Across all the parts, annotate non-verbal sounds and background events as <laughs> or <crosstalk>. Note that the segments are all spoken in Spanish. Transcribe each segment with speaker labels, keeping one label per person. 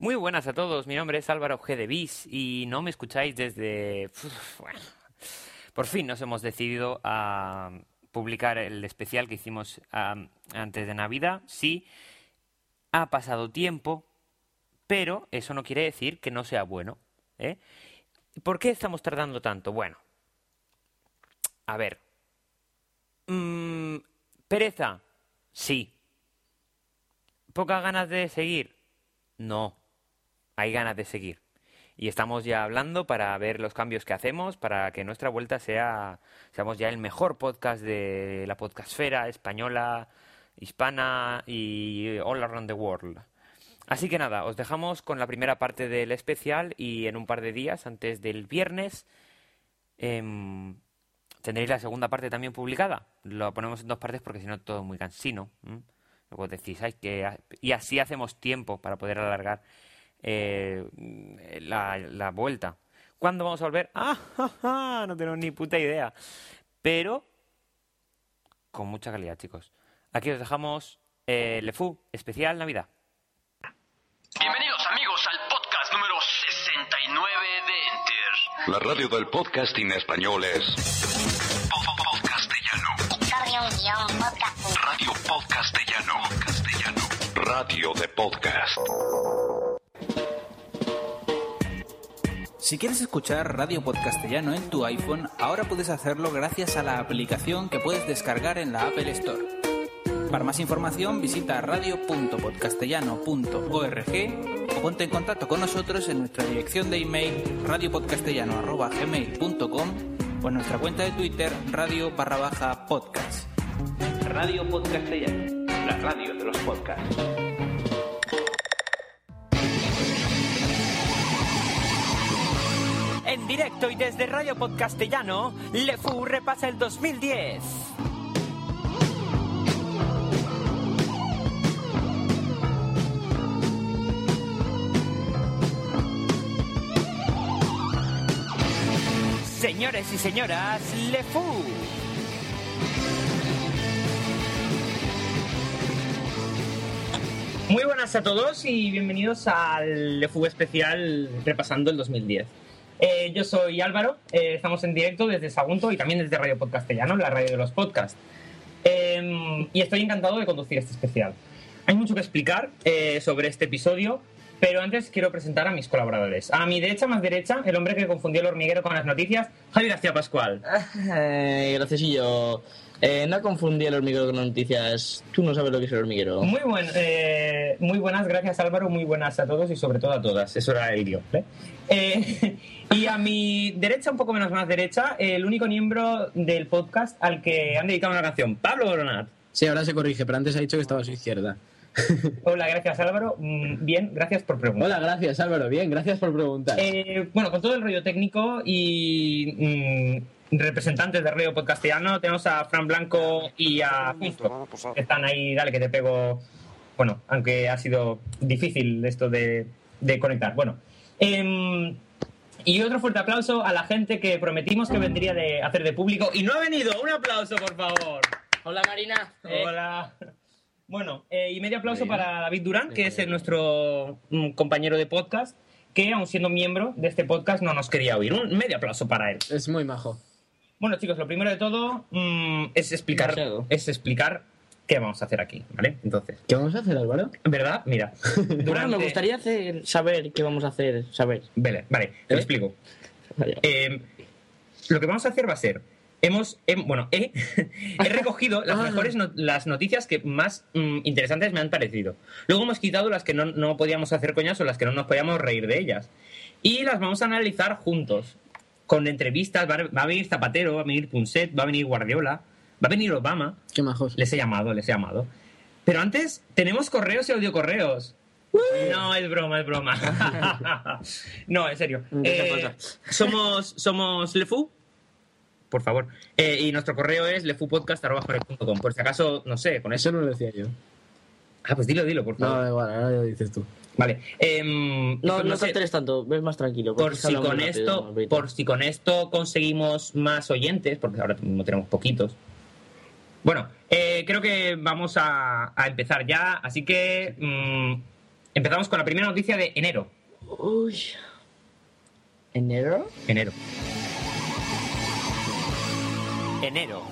Speaker 1: Muy buenas a todos, mi nombre es Álvaro G. de Vis y no me escucháis desde... Bueno, por fin nos hemos decidido a publicar el especial que hicimos am, antes de Navidad. Sí, ha pasado tiempo, pero eso no quiere decir que no sea bueno. ¿eh? ¿Por qué estamos tardando tanto? Bueno, a ver. Mm, pereza, sí. ¿Pocas ganas de seguir? No, hay ganas de seguir. Y estamos ya hablando para ver los cambios que hacemos, para que nuestra vuelta sea, seamos ya el mejor podcast de la podcastfera española, hispana y all around the world. Así que nada, os dejamos con la primera parte del especial y en un par de días, antes del viernes, em, tendréis la segunda parte también publicada. Lo ponemos en dos partes porque si no todo es muy cansino. ¿m? Luego pues decís, ay, que... ha-". Y así hacemos tiempo para poder alargar eh, la, la vuelta. ¿Cuándo vamos a volver? <laughs> ¡Ah, ja, ja! No tenemos ni puta idea. Pero con mucha calidad, chicos. Aquí os dejamos eh, LeFou, especial Navidad.
Speaker 2: Bienvenidos amigos al podcast número 69 de Enter.
Speaker 3: La radio del podcasting español es
Speaker 2: Podcastellano.
Speaker 4: Victoria-podcast.
Speaker 2: Radio Podcastellano. Castellano.
Speaker 3: Radio de Podcast.
Speaker 5: Si quieres escuchar Radio Podcastellano en tu iPhone, ahora puedes hacerlo gracias a la aplicación que puedes descargar en la Apple Store. Para más información visita radio.podcastellano.org o ponte en contacto con nosotros en nuestra dirección de email radiopodcastellano.gmail.com o en nuestra cuenta de Twitter radio barra baja podcast. Radio Podcastellano, la radio de los podcasts.
Speaker 1: En directo y desde Radio Podcastellano, LeFou repasa el 2010. Señores y señoras, LeFou.
Speaker 6: Muy buenas a todos y bienvenidos al LeFu especial repasando el 2010. Eh, yo soy Álvaro, eh, estamos en directo desde Sagunto y también desde Radio Podcastellano, la radio de los podcasts. Eh, y estoy encantado de conducir este especial. Hay mucho que explicar eh, sobre este episodio, pero antes quiero presentar a mis colaboradores. A mi derecha, más derecha, el hombre que confundió el hormiguero con las noticias, Javier García Pascual.
Speaker 7: Ay, graciosillo. Eh, no confundí el hormiguero con las noticias. Tú no sabes lo que es el hormiguero.
Speaker 6: Muy, buen, eh, muy buenas, gracias Álvaro, muy buenas a todos y sobre todo a todas. Eso era el guión. ¿eh? Eh, <laughs> y a mi derecha, un poco menos más derecha, el único miembro del podcast al que han dedicado una canción, Pablo Boronat.
Speaker 8: Sí, ahora se corrige, pero antes ha dicho que estaba a su izquierda.
Speaker 6: Hola, gracias Álvaro. Mm, Bien, gracias por preguntar.
Speaker 8: Hola, gracias Álvaro, bien, gracias por preguntar.
Speaker 6: Eh, bueno, con todo el rollo técnico y mm, representantes de Radio Podcastellano, tenemos a Fran Blanco y a Justo, que están ahí, dale que te pego. Bueno, aunque ha sido difícil esto de, de conectar. Bueno, em, y otro fuerte aplauso a la gente que prometimos que vendría de hacer de público y no ha venido. Un aplauso, por favor.
Speaker 9: Hola Marina. Eh,
Speaker 6: Hola. Bueno, eh, y medio aplauso para David Durán, que es el- nuestro mm, compañero de podcast, que aun siendo miembro de este podcast no nos quería oír. Un medio aplauso para él.
Speaker 8: Es muy majo.
Speaker 6: Bueno, chicos, lo primero de todo mm, es explicar
Speaker 7: Demasiado.
Speaker 6: es explicar qué vamos a hacer aquí, ¿vale? Entonces,
Speaker 8: ¿Qué vamos a hacer, Álvaro?
Speaker 6: ¿verdad?
Speaker 7: <laughs>
Speaker 6: Mira.
Speaker 7: Ahora
Speaker 6: Durante-
Speaker 7: me gustaría hacer- saber qué vamos a hacer. Saber.
Speaker 6: Vale, vale, te lo
Speaker 7: ¿Eh?
Speaker 6: explico.
Speaker 7: Vaya.
Speaker 6: Eh, lo que vamos a hacer va a ser. Hemos, em- bueno, he, <laughs> he recogido las
Speaker 8: Ah.
Speaker 6: mejores no- las noticias que más mm, interesantes me han parecido. Luego hemos quitado las que no, no podíamos hacer coñas o las que no nos podíamos reír de ellas. Y las vamos a analizar juntos. Con entrevistas, va a- va a venir Zapatero, va a venir Punset, va a venir Guardiola, va a venir Obama.
Speaker 8: Qué majos.
Speaker 6: Les he llamado, les he llamado. Pero antes, tenemos correos y audiocorreos. No, es broma, es broma. <laughs> no, en serio.
Speaker 7: Nunca se
Speaker 6: Eh,
Speaker 7: falta.
Speaker 6: somos, somos Lefu, por favor. Eh, y nuestro correo es lefupodcast.com. Por si acaso, no sé, con eso.
Speaker 8: Eso no lo decía yo.
Speaker 6: Ah, pues dilo, dilo, por
Speaker 8: No,
Speaker 6: favor.
Speaker 8: da igual, ahora lo dices tú.
Speaker 6: Vale. Em,
Speaker 7: eh. No, no,
Speaker 6: pues
Speaker 7: te
Speaker 6: sé,
Speaker 7: alteres tanto. Ves más tranquilo. porque
Speaker 6: por
Speaker 7: se
Speaker 6: si
Speaker 7: habla muy
Speaker 6: con
Speaker 7: rápido,
Speaker 6: esto,
Speaker 7: Alberto.
Speaker 6: por si con esto conseguimos más oyentes, porque ahora mismo tenemos poquitos. Bueno, eh, creo que vamos a, a empezar ya, así que mm, Empezamos con la primera noticia de enero.
Speaker 7: Uy. ¿Enero?
Speaker 6: Enero.
Speaker 1: Enero.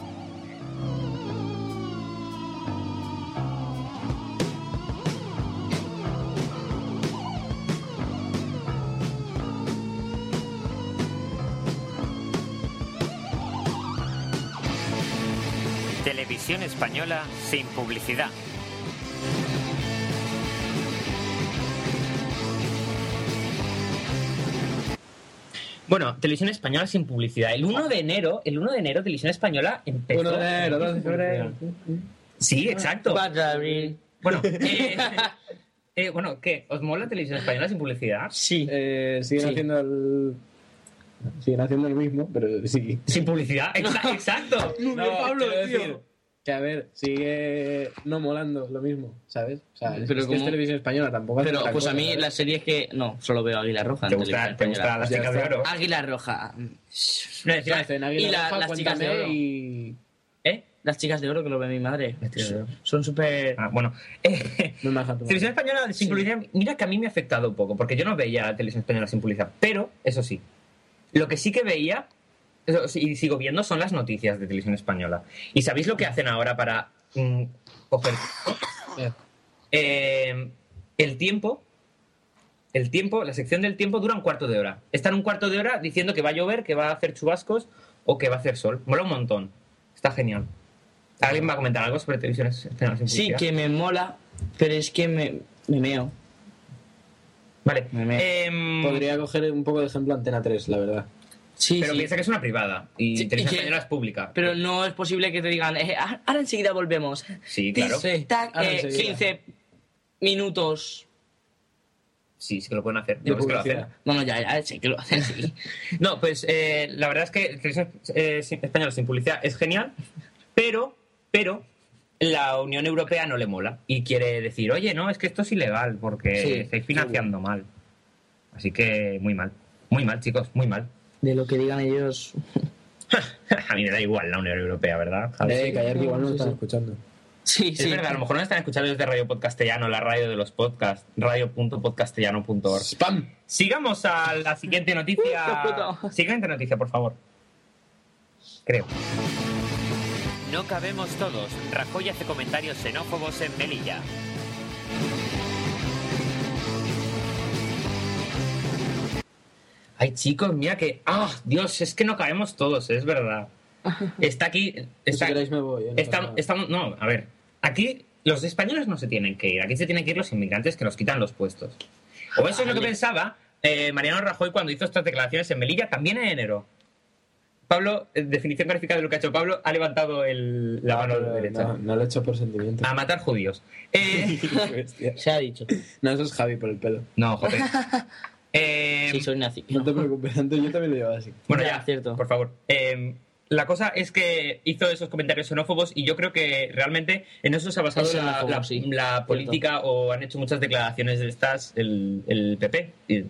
Speaker 1: Televisión española sin publicidad.
Speaker 6: Bueno, Televisión Española sin publicidad. El 1 de enero, el 1 de enero Televisión Española empezó...
Speaker 8: 1 de enero, 2 de febrero.
Speaker 6: Sí, exacto.
Speaker 7: Cuatro de abril.
Speaker 6: <laughs> Bueno, eh, eh, bueno, ¿qué? ¿Os mola Televisión Española sin publicidad?
Speaker 7: Sí.
Speaker 8: Eh, siguen
Speaker 7: Sí.
Speaker 8: haciendo el. Siguen haciendo el mismo, pero sí.
Speaker 6: Sin publicidad, exa- exacto.
Speaker 8: Pablo, Que a ver, sigue no molando lo mismo, ¿sabes? O sea, es,
Speaker 7: Pero
Speaker 8: es que es
Speaker 7: como-
Speaker 8: televisión española tampoco. hace
Speaker 7: Pero
Speaker 8: otra
Speaker 7: pues a
Speaker 8: cosa,
Speaker 7: mí
Speaker 8: ¿sabes?
Speaker 7: las series que... No, solo veo Águila Roja. en
Speaker 6: ¿Te gusta,
Speaker 7: televisión
Speaker 6: te gusta
Speaker 7: española.
Speaker 6: las
Speaker 8: Ya
Speaker 6: chicas de
Speaker 8: está.
Speaker 6: oro?
Speaker 7: Águila Roja.
Speaker 6: No, es
Speaker 8: ¿Qué
Speaker 6: decir,
Speaker 8: hacen? Águila
Speaker 7: y la-
Speaker 8: Roja,
Speaker 7: las chicas de
Speaker 8: Cuéntame
Speaker 7: oro.
Speaker 8: y-
Speaker 7: ¿Eh? Las chicas de oro que lo ve mi madre.
Speaker 6: Las chicas de oro.
Speaker 7: Son súper...
Speaker 6: Ah, bueno. <laughs> Eh,
Speaker 8: No me deja tu madre.
Speaker 6: Televisión Española sin publicidad, mira que a mí me ha afectado un poco, porque yo no veía Televisión Española sin publicidad. Pero, eso sí, lo que sí que veía eso sí, y sigo viendo son las noticias de Televisión Española. ¿Y sabéis lo que hacen ahora para mm, coger <coughs>
Speaker 8: Eh,
Speaker 6: Eh, el tiempo, el tiempo, la sección del tiempo dura un cuarto de hora. Están un cuarto de hora diciendo que va a llover, que va a hacer chubascos o que va a hacer sol. Mola un montón. Está genial. ¿Alguien va a comentar algo sobre televisiones Españolas sin
Speaker 7: Sí,
Speaker 6: publicidad?
Speaker 7: que me mola, pero es que me, me meo.
Speaker 6: Vale.
Speaker 7: Me
Speaker 1: Eh,
Speaker 7: me-
Speaker 1: Mm.
Speaker 6: Em,
Speaker 8: Podría coger un poco de ejemplo Antena 3, la verdad.
Speaker 7: Sí,
Speaker 6: Pero
Speaker 7: sí.
Speaker 6: piensa que es una privada y
Speaker 7: Sí, y
Speaker 6: Televisión
Speaker 7: que-
Speaker 6: Española es pública.
Speaker 7: Pero no es posible que te digan, eh, ah- ahora enseguida volvemos.
Speaker 6: Sí, claro.
Speaker 8: Sí.
Speaker 7: Tac,
Speaker 8: ahora
Speaker 7: eh,
Speaker 8: enseguida.
Speaker 7: 15 minutos.
Speaker 6: Sí, sí que lo pueden hacer.
Speaker 8: De
Speaker 6: ¿No ves que lo hacen?
Speaker 8: publicidad.
Speaker 7: No, no, ya, ya sé que lo hacen, <laughs> sí.
Speaker 6: No, pues eh, la verdad es que Televisión eh, sin- Española sin publicidad es genial, pero, pero la Unión Europea no le mola y quiere decir, oye, no, es que esto es ilegal porque
Speaker 7: Sí,
Speaker 6: estáis financiando mal. Así que muy mal, muy mal, chicos, muy mal. <laughs>
Speaker 7: De lo que digan ellos.
Speaker 6: A mí me da igual la Unión Europea, ¿verdad? Javi?
Speaker 8: Eh, callar que igual no lo están escuchando.
Speaker 7: Sí,
Speaker 6: Es
Speaker 7: sí.
Speaker 6: verdad, a lo mejor no están escuchando desde Radio Podcastellano, la radio de los podcasts, radio.podcastellano.org.
Speaker 8: ¡Spam!
Speaker 6: Sigamos a la siguiente
Speaker 7: <laughs> Uy, qué
Speaker 6: noticia.
Speaker 7: puto.
Speaker 6: Siguiente noticia, por favor. Creo.
Speaker 1: No cabemos todos. Rajoy hace comentarios xenófobos en Melilla.
Speaker 6: Ay, chicos, mira que. ¡Ah! Dios, es que no cabemos todos, es
Speaker 7: <laughs>
Speaker 6: verdad. Está aquí. Está,
Speaker 7: Pues
Speaker 8: si queréis me voy. eh, no pasa
Speaker 6: está-
Speaker 8: nada.
Speaker 6: estamos- no, a ver. Aquí los españoles no se tienen que ir. Aquí se tienen que ir los inmigrantes que nos quitan los puestos. O eso es lo que pensaba eh, Mariano Rajoy cuando hizo estas declaraciones en Melilla, también en enero. Pablo, eh, definición calificada de lo que ha hecho Pablo, ha levantado el- la mano
Speaker 8: No,
Speaker 6: derecha.
Speaker 8: no, no lo he hecho por <laughs> sentimiento.
Speaker 6: A matar judíos.
Speaker 7: <laughs>
Speaker 6: Eh,
Speaker 8: Qué bestia.
Speaker 7: Se ha dicho.
Speaker 8: No, eso es Javi por el pelo.
Speaker 6: no,
Speaker 7: <laughs>
Speaker 6: joder. Eh,
Speaker 7: Sí, soy nazi.
Speaker 8: No te preocupes, antes yo también lo llevaba así.
Speaker 6: Bueno, ya,
Speaker 7: Ya, cierto.
Speaker 6: Por favor. Eh, la cosa es que hizo esos comentarios xenófobos y yo creo que realmente en eso se ha basado
Speaker 7: Es
Speaker 6: la,
Speaker 7: xenófobo,
Speaker 6: la-
Speaker 7: sí.
Speaker 6: la
Speaker 7: Cierto.
Speaker 6: política o han hecho muchas declaraciones de estas el, el PP. y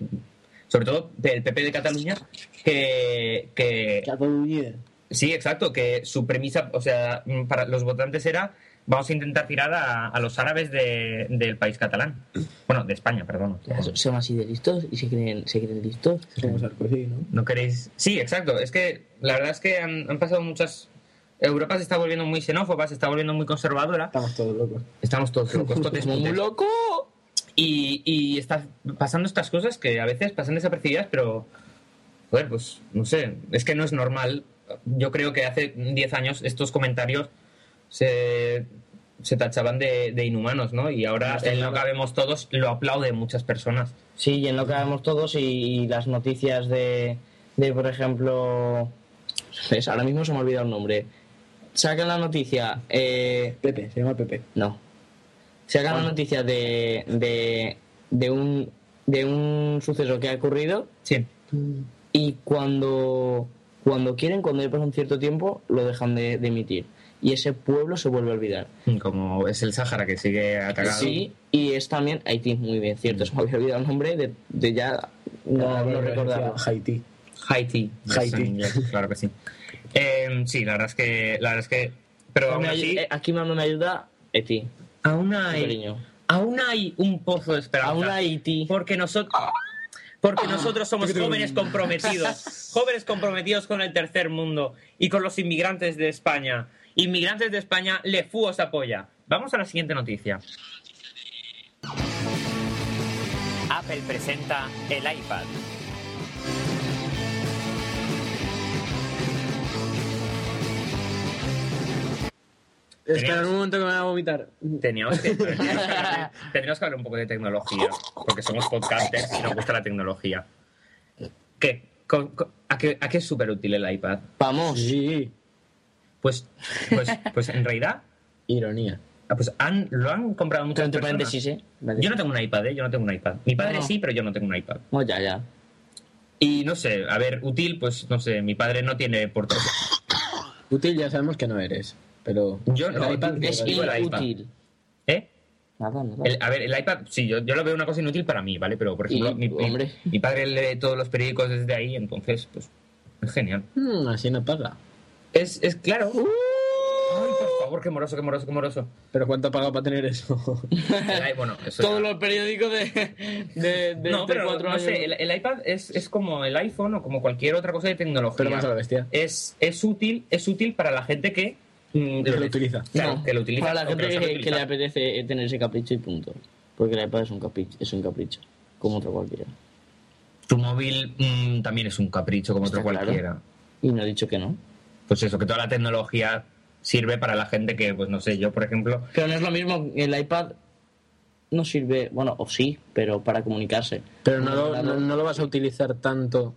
Speaker 6: sobre todo el PP de Cataluña, que, que-
Speaker 8: Cataluña.
Speaker 6: Sí, exacto, que su premisa, o sea, mm, para los votantes era vamos a intentar tirar a, a los árabes de- del país catalán. Bueno, de España, perdón.
Speaker 7: Ya, so- Son así de listos y se creen, se creen listos.
Speaker 8: Como Sarkozy, ¿no?
Speaker 6: No queréis. Sí, exacto. Es que la verdad es que han, han pasado muchas. Europa se está volviendo muy xenófoba, se está volviendo muy conservadora.
Speaker 8: Estamos todos locos.
Speaker 6: Estamos todos locos, <laughs> totes
Speaker 7: Como
Speaker 6: putes.
Speaker 7: un loco.
Speaker 6: Y, y está pasando estas cosas que a veces pasan desapercibidas, pero. Joder, pues no sé. Es que no es normal. Yo creo que hace 10 años estos comentarios se, se tachaban de, de inhumanos, ¿no? Y ahora el no cabemos todos lo aplauden muchas personas.
Speaker 7: Sí, y en lo que vemos todos y, y las noticias de, de, por ejemplo... ¿Ves? Ahora mismo se me ha olvidado el nombre. Sacan la noticia. Eh,
Speaker 8: Pepe, se llama Pepe.
Speaker 7: No. Se acaba la noticia de, de, de, un, de un suceso que ha ocurrido
Speaker 6: Sí.
Speaker 7: y cuando, cuando quieren, cuando ya pasa un cierto tiempo, lo dejan de, de emitir. Y ese pueblo se vuelve a olvidar.
Speaker 6: Como es el Sáhara que sigue atacado.
Speaker 7: Sí, y es también Haití, muy bien, cierto. Se me había olvidado el nombre de, de ya
Speaker 6: Ah,
Speaker 7: no, no recordarlo.
Speaker 8: Haití.
Speaker 6: Haití.
Speaker 8: Yes, Haití.
Speaker 6: en inglés, claro que sí. Eh, sí, la verdad es que. La verdad es que pero
Speaker 7: No
Speaker 6: aún
Speaker 7: me ayu-
Speaker 6: así,
Speaker 7: eh, Aquí más no me ayuda Haití,
Speaker 6: aún hay,
Speaker 7: cariño.
Speaker 6: aún hay un pozo de esperanza.
Speaker 7: Aún hay
Speaker 6: <laughs>
Speaker 7: IT.
Speaker 6: Porque nosotros. Porque nosotros somos jóvenes
Speaker 7: <laughs>
Speaker 6: comprometidos, jóvenes comprometidos con el tercer mundo y con los inmigrantes de España. Inmigrantes de España, LeFu os apoya. Vamos a la siguiente noticia.
Speaker 1: Apple presenta el iPad.
Speaker 8: Espera un momento que me voy a vomitar.
Speaker 6: Teníamos que, <laughs> tendríamos que hablar un poco de tecnología, porque somos podcasters y nos gusta la tecnología. ¿Qué? Co- co- ¿A qué, a qué es súper útil el iPad?
Speaker 7: Vamos.
Speaker 8: Sí,
Speaker 6: Pues, pues, pues en realidad
Speaker 8: ironía.
Speaker 6: Ah, Pues han- lo han comprado muchas
Speaker 7: Entre
Speaker 6: personas.
Speaker 7: paréntesis, ¿eh? Vale.
Speaker 6: Yo no tengo un iPad, ¿eh? Yo no tengo un iPad. Mi padre
Speaker 7: No.
Speaker 6: sí, pero yo no tengo un iPad.
Speaker 7: Oh, ya, ya.
Speaker 6: Y no sé, a ver, útil, pues no sé, mi padre no tiene portátil.
Speaker 8: Útil ya sabemos que no eres, pero...
Speaker 6: Yo no,
Speaker 8: El iPad,
Speaker 7: Es
Speaker 6: digo el iPad.
Speaker 7: inútil. Ah,
Speaker 6: ¿Eh?
Speaker 7: Nada, nada.
Speaker 6: El- a ver, el iPad, sí, yo, yo lo veo una cosa inútil para mí, ¿vale? Pero, por ejemplo,
Speaker 7: Y-
Speaker 6: mi, mi-
Speaker 7: hombre.
Speaker 6: mi padre lee todos los periódicos desde ahí, entonces, pues, es genial.
Speaker 8: Mm, así no paga.
Speaker 6: Es, es claro.
Speaker 7: Uh.
Speaker 6: Ay, por favor, qué moroso, qué moroso, qué moroso.
Speaker 8: Pero ¿cuánto ha pagado para tener <laughs> eso?
Speaker 6: Ay, bueno, eso ya-
Speaker 7: Todos los periódicos de, de, de
Speaker 6: No,
Speaker 7: entre
Speaker 6: pero
Speaker 7: cuatro
Speaker 6: no
Speaker 7: años.
Speaker 6: sé, el, el iPad es, es como el iPhone o como cualquier otra cosa de tecnología.
Speaker 8: Pero más a la bestia.
Speaker 6: es, es útil es útil para la gente que mm,
Speaker 8: Que lo utiliza.
Speaker 6: claro,
Speaker 7: No,
Speaker 6: que lo utiliza
Speaker 7: Para
Speaker 6: o
Speaker 7: la
Speaker 6: que
Speaker 7: gente
Speaker 6: lo
Speaker 7: que,
Speaker 6: sabe
Speaker 7: que le
Speaker 6: utilizar.
Speaker 7: apetece tener ese capricho y punto. Porque el iPad es un capricho, es un capricho como otro cualquiera.
Speaker 6: tu móvil mm, también es un capricho como otro
Speaker 7: Está claro.
Speaker 6: cualquiera
Speaker 7: Y no he dicho que no.
Speaker 6: pues eso que toda la tecnología sirve para la gente que pues no sé yo por ejemplo
Speaker 7: Pero no es lo mismo, el iPad no sirve, bueno, o sí, pero para comunicarse.
Speaker 8: Pero no lo,
Speaker 7: Ordenador.
Speaker 8: no, no lo vas a utilizar tanto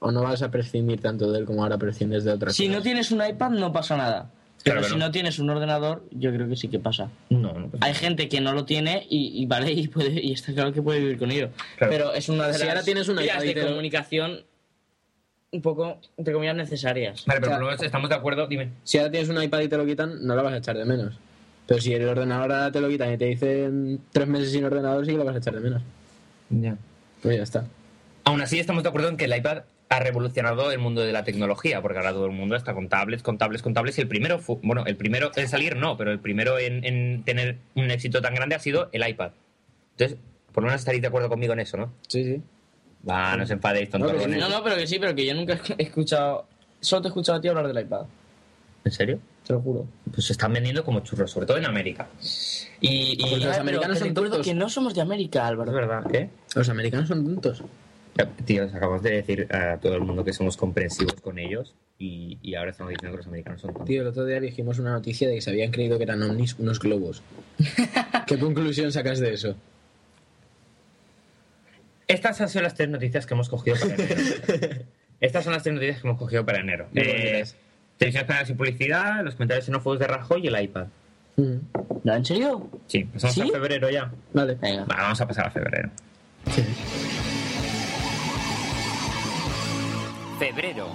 Speaker 8: o no vas a prescindir tanto de él como ahora prescindes de otras
Speaker 7: Si no tienes un iPad no pasa nada. Pero
Speaker 6: Claro que
Speaker 7: si
Speaker 6: no.
Speaker 7: no. tienes un ordenador, yo creo que sí que pasa.
Speaker 6: no, no pues-
Speaker 7: Hay gente que no lo tiene y, y vale, y, puede, y está claro que puede vivir con ello.
Speaker 6: Claro.
Speaker 7: Pero es una de
Speaker 8: Si
Speaker 7: las
Speaker 8: ahora tienes un
Speaker 7: vías
Speaker 8: iPad y
Speaker 7: de
Speaker 8: te lo-
Speaker 7: comunicación un poco, entre comillas, necesarias.
Speaker 6: vale
Speaker 8: o
Speaker 6: pero
Speaker 8: sea-
Speaker 6: por lo menos estamos de acuerdo dime
Speaker 8: Si ahora tienes un iPad y te lo quitan, no lo vas a echar de menos. Pero si el ordenador ahora te lo quitan y te dicen tres meses sin ordenador, sí que lo vas a echar de menos. Pues ya está.
Speaker 6: aún así estamos de acuerdo en que el iPad ha revolucionado el mundo de la tecnología porque ahora todo el mundo está con tablets con tablets con tablets y el primero fu- bueno el primero en salir no pero el primero en, en tener un éxito tan grande ha sido el iPad entonces por lo menos estaréis de acuerdo conmigo en eso no
Speaker 8: Sí, sí.
Speaker 6: Va, no os enfadéis,
Speaker 8: No,
Speaker 6: tontolones.
Speaker 8: que
Speaker 7: No, no, pero que sí, pero que yo nunca he escuchado. Solo te he escuchado a ti hablar del iPad,
Speaker 6: ¿En serio?
Speaker 7: te lo juro.
Speaker 6: Pues se están vendiendo como churros, sobre todo en América. Y, y-
Speaker 8: Porque los
Speaker 7: Ah, pero
Speaker 8: americanos
Speaker 7: te
Speaker 8: son
Speaker 7: recuerdo
Speaker 8: tontos.
Speaker 7: que no somos de América,
Speaker 6: es
Speaker 7: Álvaro.
Speaker 6: verdad, ¿qué?
Speaker 8: Los americanos son tontos.
Speaker 6: Tíos, acabamos de decir a todo el mundo que somos comprensivos con ellos y, y ahora estamos diciendo que los americanos son tontos.
Speaker 8: Tío, el otro día dijimos una noticia de que se habían creído que eran ovnis unos <laughs> globos. ¿Qué conclusión sacas de eso?
Speaker 6: Estas han sido las tres noticias que hemos cogido para enero.
Speaker 8: <laughs>
Speaker 6: Estas son las tres noticias que hemos cogido para enero.
Speaker 8: Muy
Speaker 6: Eh,
Speaker 8: bonitas.
Speaker 6: Televisión Española sin publicidad, los comentarios xenófobos de Rajoy y el iPad.
Speaker 7: ¿No, ¿En serio?
Speaker 6: Sí, pasamos
Speaker 7: ¿Sí?
Speaker 6: a febrero ya.
Speaker 8: Vale.
Speaker 7: Venga.
Speaker 6: Va, vamos a pasar a febrero.
Speaker 1: Febrero.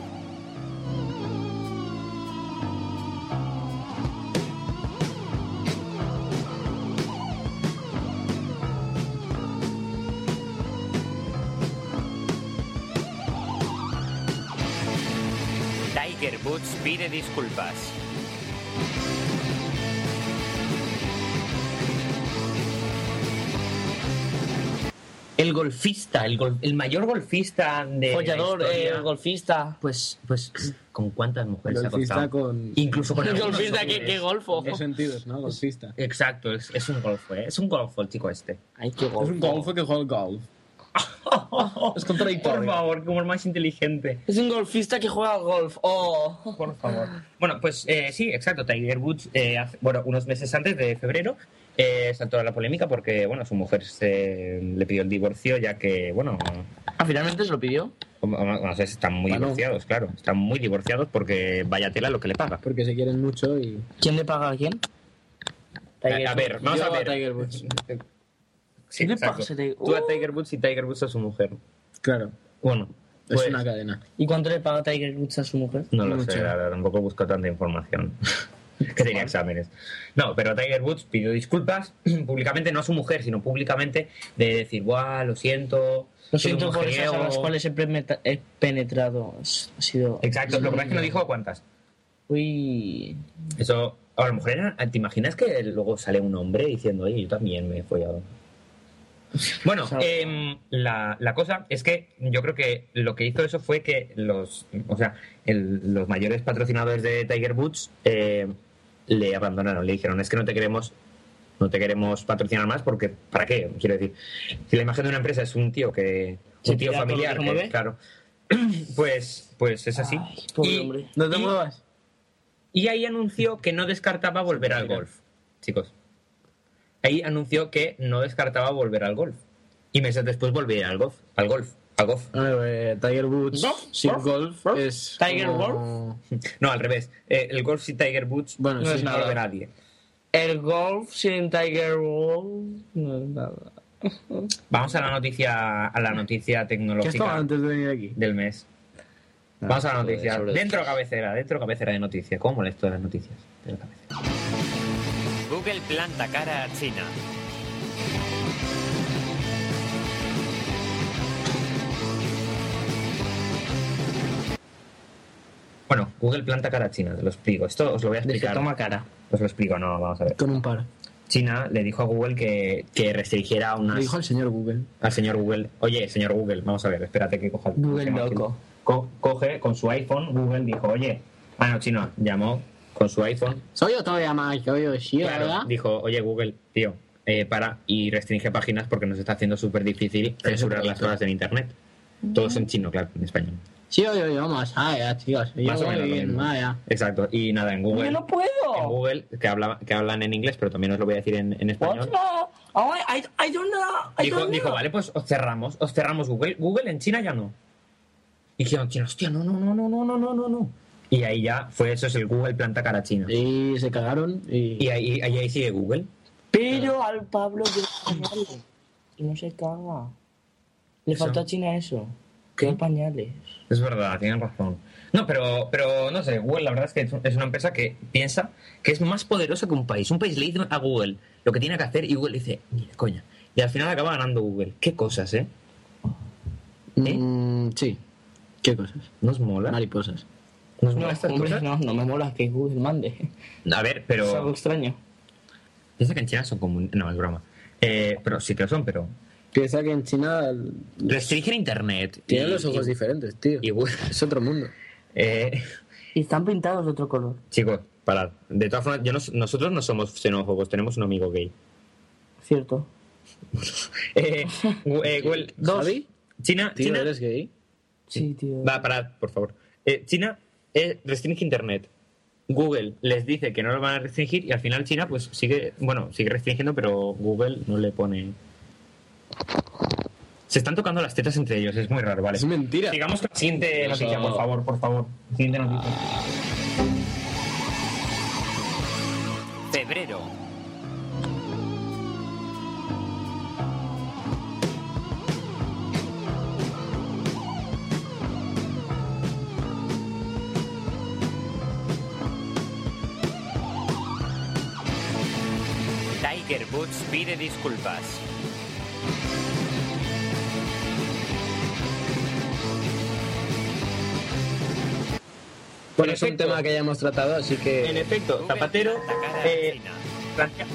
Speaker 1: Tiger Woods pide disculpas.
Speaker 6: El golfista, el, gol- el mayor golfista de. la
Speaker 7: Follador, eh,
Speaker 6: historia.
Speaker 7: golfista.
Speaker 6: Pues, pues, ¿con cuántas mujeres se ha
Speaker 8: Golfista
Speaker 6: acostado?
Speaker 8: con... <laughs>
Speaker 6: Incluso con algunos
Speaker 7: Golfista,
Speaker 6: hombres.
Speaker 7: ¿qué, qué golfo.
Speaker 8: ¿Qué sentidos, no? Golfista.
Speaker 6: Exacto, es, es un golfo, ¿eh? Es un golfo el chico este.
Speaker 7: Ay, qué golfo.
Speaker 8: Es un golfo que juega al golf. <laughs> Es contradictorio.
Speaker 6: Por favor, como el más inteligente.
Speaker 7: Es un golfista que juega al golf. Oh.
Speaker 6: Por favor. Bueno, pues eh, sí, exacto. Tiger Woods, eh, hace- bueno, unos meses antes de febrero, eh, saltó a la polémica porque, bueno, su mujer se, le pidió el divorcio ya que, bueno,
Speaker 7: Ah, finalmente se lo pidió.
Speaker 6: o- o- o- no sé, están muy
Speaker 8: Bueno.
Speaker 6: divorciados, claro. Están muy divorciados porque vaya tela lo que le paga.
Speaker 8: Porque se quieren mucho y...
Speaker 7: ¿Quién le paga a quién?
Speaker 6: A- a ver,
Speaker 7: Woods.
Speaker 6: vamos
Speaker 8: Yo
Speaker 6: a ver.
Speaker 8: Tiger Woods.
Speaker 6: Sí,
Speaker 7: ¿Qué le "Uh".
Speaker 6: exacto.
Speaker 7: pasa, Tiger?
Speaker 6: Tú a Tiger Woods y Tiger Woods a su mujer.
Speaker 8: Claro.
Speaker 6: Bueno,
Speaker 8: Es
Speaker 6: pues-
Speaker 8: una cadena.
Speaker 7: ¿Y cuánto le paga Tiger Woods a su mujer?
Speaker 6: No lo
Speaker 8: Mucho.
Speaker 6: sé, la verdad, tampoco busco tanta
Speaker 7: <laughs>
Speaker 6: información. que tenía exámenes. No, pero Tiger Woods pidió disculpas <clears throat> públicamente, no a su mujer, sino públicamente, de decir, ¡buah, lo siento!
Speaker 7: Lo
Speaker 6: soy un
Speaker 7: siento por esas a
Speaker 6: mujeriego".
Speaker 7: las cuales he, premeta- he penetrado. Ha sido.
Speaker 6: Exacto, lo que pasa es que no dijo a cuántas.
Speaker 7: Uy.
Speaker 6: Eso O a lo mejor era- ¿te imaginas que luego sale un hombre diciendo, oye, yo también me he follado? Bueno, em, la, la cosa es que yo creo que lo que hizo eso fue que los, o sea, el- los mayores patrocinadores de Tiger Woods eh, le abandonaron, le dijeron, es que no te queremos, no te queremos patrocinar más porque, ¿para qué? Quiero decir, si la imagen de una empresa es un tío que,
Speaker 7: Se
Speaker 6: un tío
Speaker 7: tira todo lo que
Speaker 6: familiar,
Speaker 7: se
Speaker 6: que,
Speaker 7: mueve.
Speaker 6: claro, <clears throat> pues, pues es así.
Speaker 7: Ay, pobre
Speaker 6: Y-
Speaker 7: hombre.
Speaker 8: No te
Speaker 6: y-
Speaker 8: muevas.
Speaker 6: y ahí anunció que no descartaba volver al golf, chicos. Ahí anunció que no descartaba volver al golf. Y meses después volvería al golf, al golf, al golf.
Speaker 8: A ver, eh, Tiger Woods
Speaker 7: No,
Speaker 8: sin
Speaker 7: golf,
Speaker 8: golf
Speaker 7: golf.
Speaker 8: es.
Speaker 7: Tiger
Speaker 8: como-
Speaker 6: No, al revés. Eh, el golf sin Tiger Woods
Speaker 8: Bueno,
Speaker 6: no
Speaker 8: sí,
Speaker 6: es
Speaker 8: nada.
Speaker 6: nada de nadie.
Speaker 7: El golf sin Tiger Woods no es nada.
Speaker 6: Vamos a la noticia, a la noticia
Speaker 8: ¿Qué estaba
Speaker 6: tecnológica
Speaker 8: antes de venir aquí?
Speaker 6: del mes.
Speaker 8: Ah,
Speaker 6: Vamos a la
Speaker 7: sobre-
Speaker 6: noticia.
Speaker 7: sobre-
Speaker 6: Dentro cabecera, dentro cabecera de noticias. ¿Cómo molesto de las noticias? De la cabecera.
Speaker 1: Google planta cara a China.
Speaker 6: Bueno, Google planta cara a China, te lo explico. Esto os lo voy a
Speaker 7: Dice,
Speaker 6: explicar.
Speaker 7: toma cara.
Speaker 6: Os lo explico, no, vamos a ver.
Speaker 8: Con un par.
Speaker 6: China le dijo a Google que, que restringiera unas...
Speaker 8: Lo dijo el señor Google.
Speaker 6: al señor Google, oye, señor Google, vamos a ver, espérate que coja el
Speaker 7: Google
Speaker 6: tema aquí.
Speaker 7: loco.
Speaker 6: Co- coge con su iPhone, Google dijo, oye, ah, no, chino, llamó con su iPhone.
Speaker 8: Soy yo todavía más, soy yo, sí,
Speaker 6: claro, dijo, oye, Google, tío, eh, para y restringe páginas porque nos está haciendo súper difícil censurar las horas en Internet. Todos en chino, claro, en español.
Speaker 8: Sí, yo, yo, más allá, tíos.
Speaker 6: Más o menos lo mismo. Exacto, y nada, en Google,
Speaker 7: ¡Yo no
Speaker 6: en
Speaker 7: puedo!
Speaker 6: Google que, habla, que hablan en inglés, pero también os lo voy a decir en,
Speaker 7: Pues
Speaker 6: en español.
Speaker 7: ¡Otra! Ay, Oh, I, I don't know. I
Speaker 6: Dijo,
Speaker 7: don't
Speaker 6: dijo,
Speaker 7: know.
Speaker 6: vale, pues os cerramos, os cerramos Google. Google en China ya no. Y dijeron, China, hostia, no, no, no, no, no, no, no, no, no. Y ahí ya fue eso, es el Google planta cara a China.
Speaker 8: Y se cagaron y.
Speaker 6: Y ahí, ahí, ahí sigue Google.
Speaker 7: Pero al Pablo yo pañales. Y no se caga. Le
Speaker 6: Eso.
Speaker 7: faltó a China eso. Que hay pañales.
Speaker 6: Es verdad, tienen razón. No, pero, pero no sé, Google la verdad es que es un- es una empresa que piensa que es más poderosa que un país. Un país le dice a Google lo que tiene que hacer y Google dice, mira, coña. Y al final acaba ganando Google. Qué cosas, ¿eh? ¿Eh?
Speaker 8: Mm, sí. ¿Qué cosas?
Speaker 6: ¿Nos mola?
Speaker 8: Mariposas.
Speaker 6: ¿Nos mola estas
Speaker 7: hombre,
Speaker 6: cosas?
Speaker 7: no, no me mola que Google mande.
Speaker 6: A ver,
Speaker 7: Es algo
Speaker 6: pero...
Speaker 7: extraño.
Speaker 6: Piensa que en China son comunistas. No, es broma. Eh, pero sí que lo son, pero.
Speaker 8: Piensa que en China el-
Speaker 6: Restringen internet.
Speaker 8: tienen
Speaker 6: Y-
Speaker 8: los ojos
Speaker 6: y-
Speaker 8: diferentes, tío.
Speaker 6: y Google-
Speaker 8: Es otro mundo.
Speaker 6: <laughs> eh,
Speaker 7: Y están pintados de otro color.
Speaker 6: chicos, parad. De todas formas, yo no- nosotros no somos xenófobos, tenemos un amigo gay. <laughs>
Speaker 7: Cierto.
Speaker 6: Eh, Gu- eh, Google-
Speaker 8: ¿Javi?
Speaker 6: China.
Speaker 8: Tío,
Speaker 6: China-
Speaker 8: ¿eres gay?
Speaker 7: Sí, tío.
Speaker 6: Va, parad, por favor. Eh, China eh, restringe internet. Google les dice que no lo van a restringir y al final China pues sigue, bueno, sigue restringiendo, pero Google no le pone. Se están tocando las tetas entre ellos, es muy raro, vale.
Speaker 8: Es mentira.
Speaker 6: Sigamos con la siguiente
Speaker 8: Eso-
Speaker 6: noticia, por favor, por favor. Siguiente noticia.
Speaker 1: Febrero. Tiger Woods pide disculpas.
Speaker 8: Bueno, es un
Speaker 6: Perfecto.
Speaker 8: tema que ya hemos tratado, así
Speaker 6: En
Speaker 8: que.
Speaker 6: efecto,
Speaker 1: Google
Speaker 6: Zapatero
Speaker 1: planta cara a
Speaker 6: eh,
Speaker 1: China.
Speaker 6: plantea,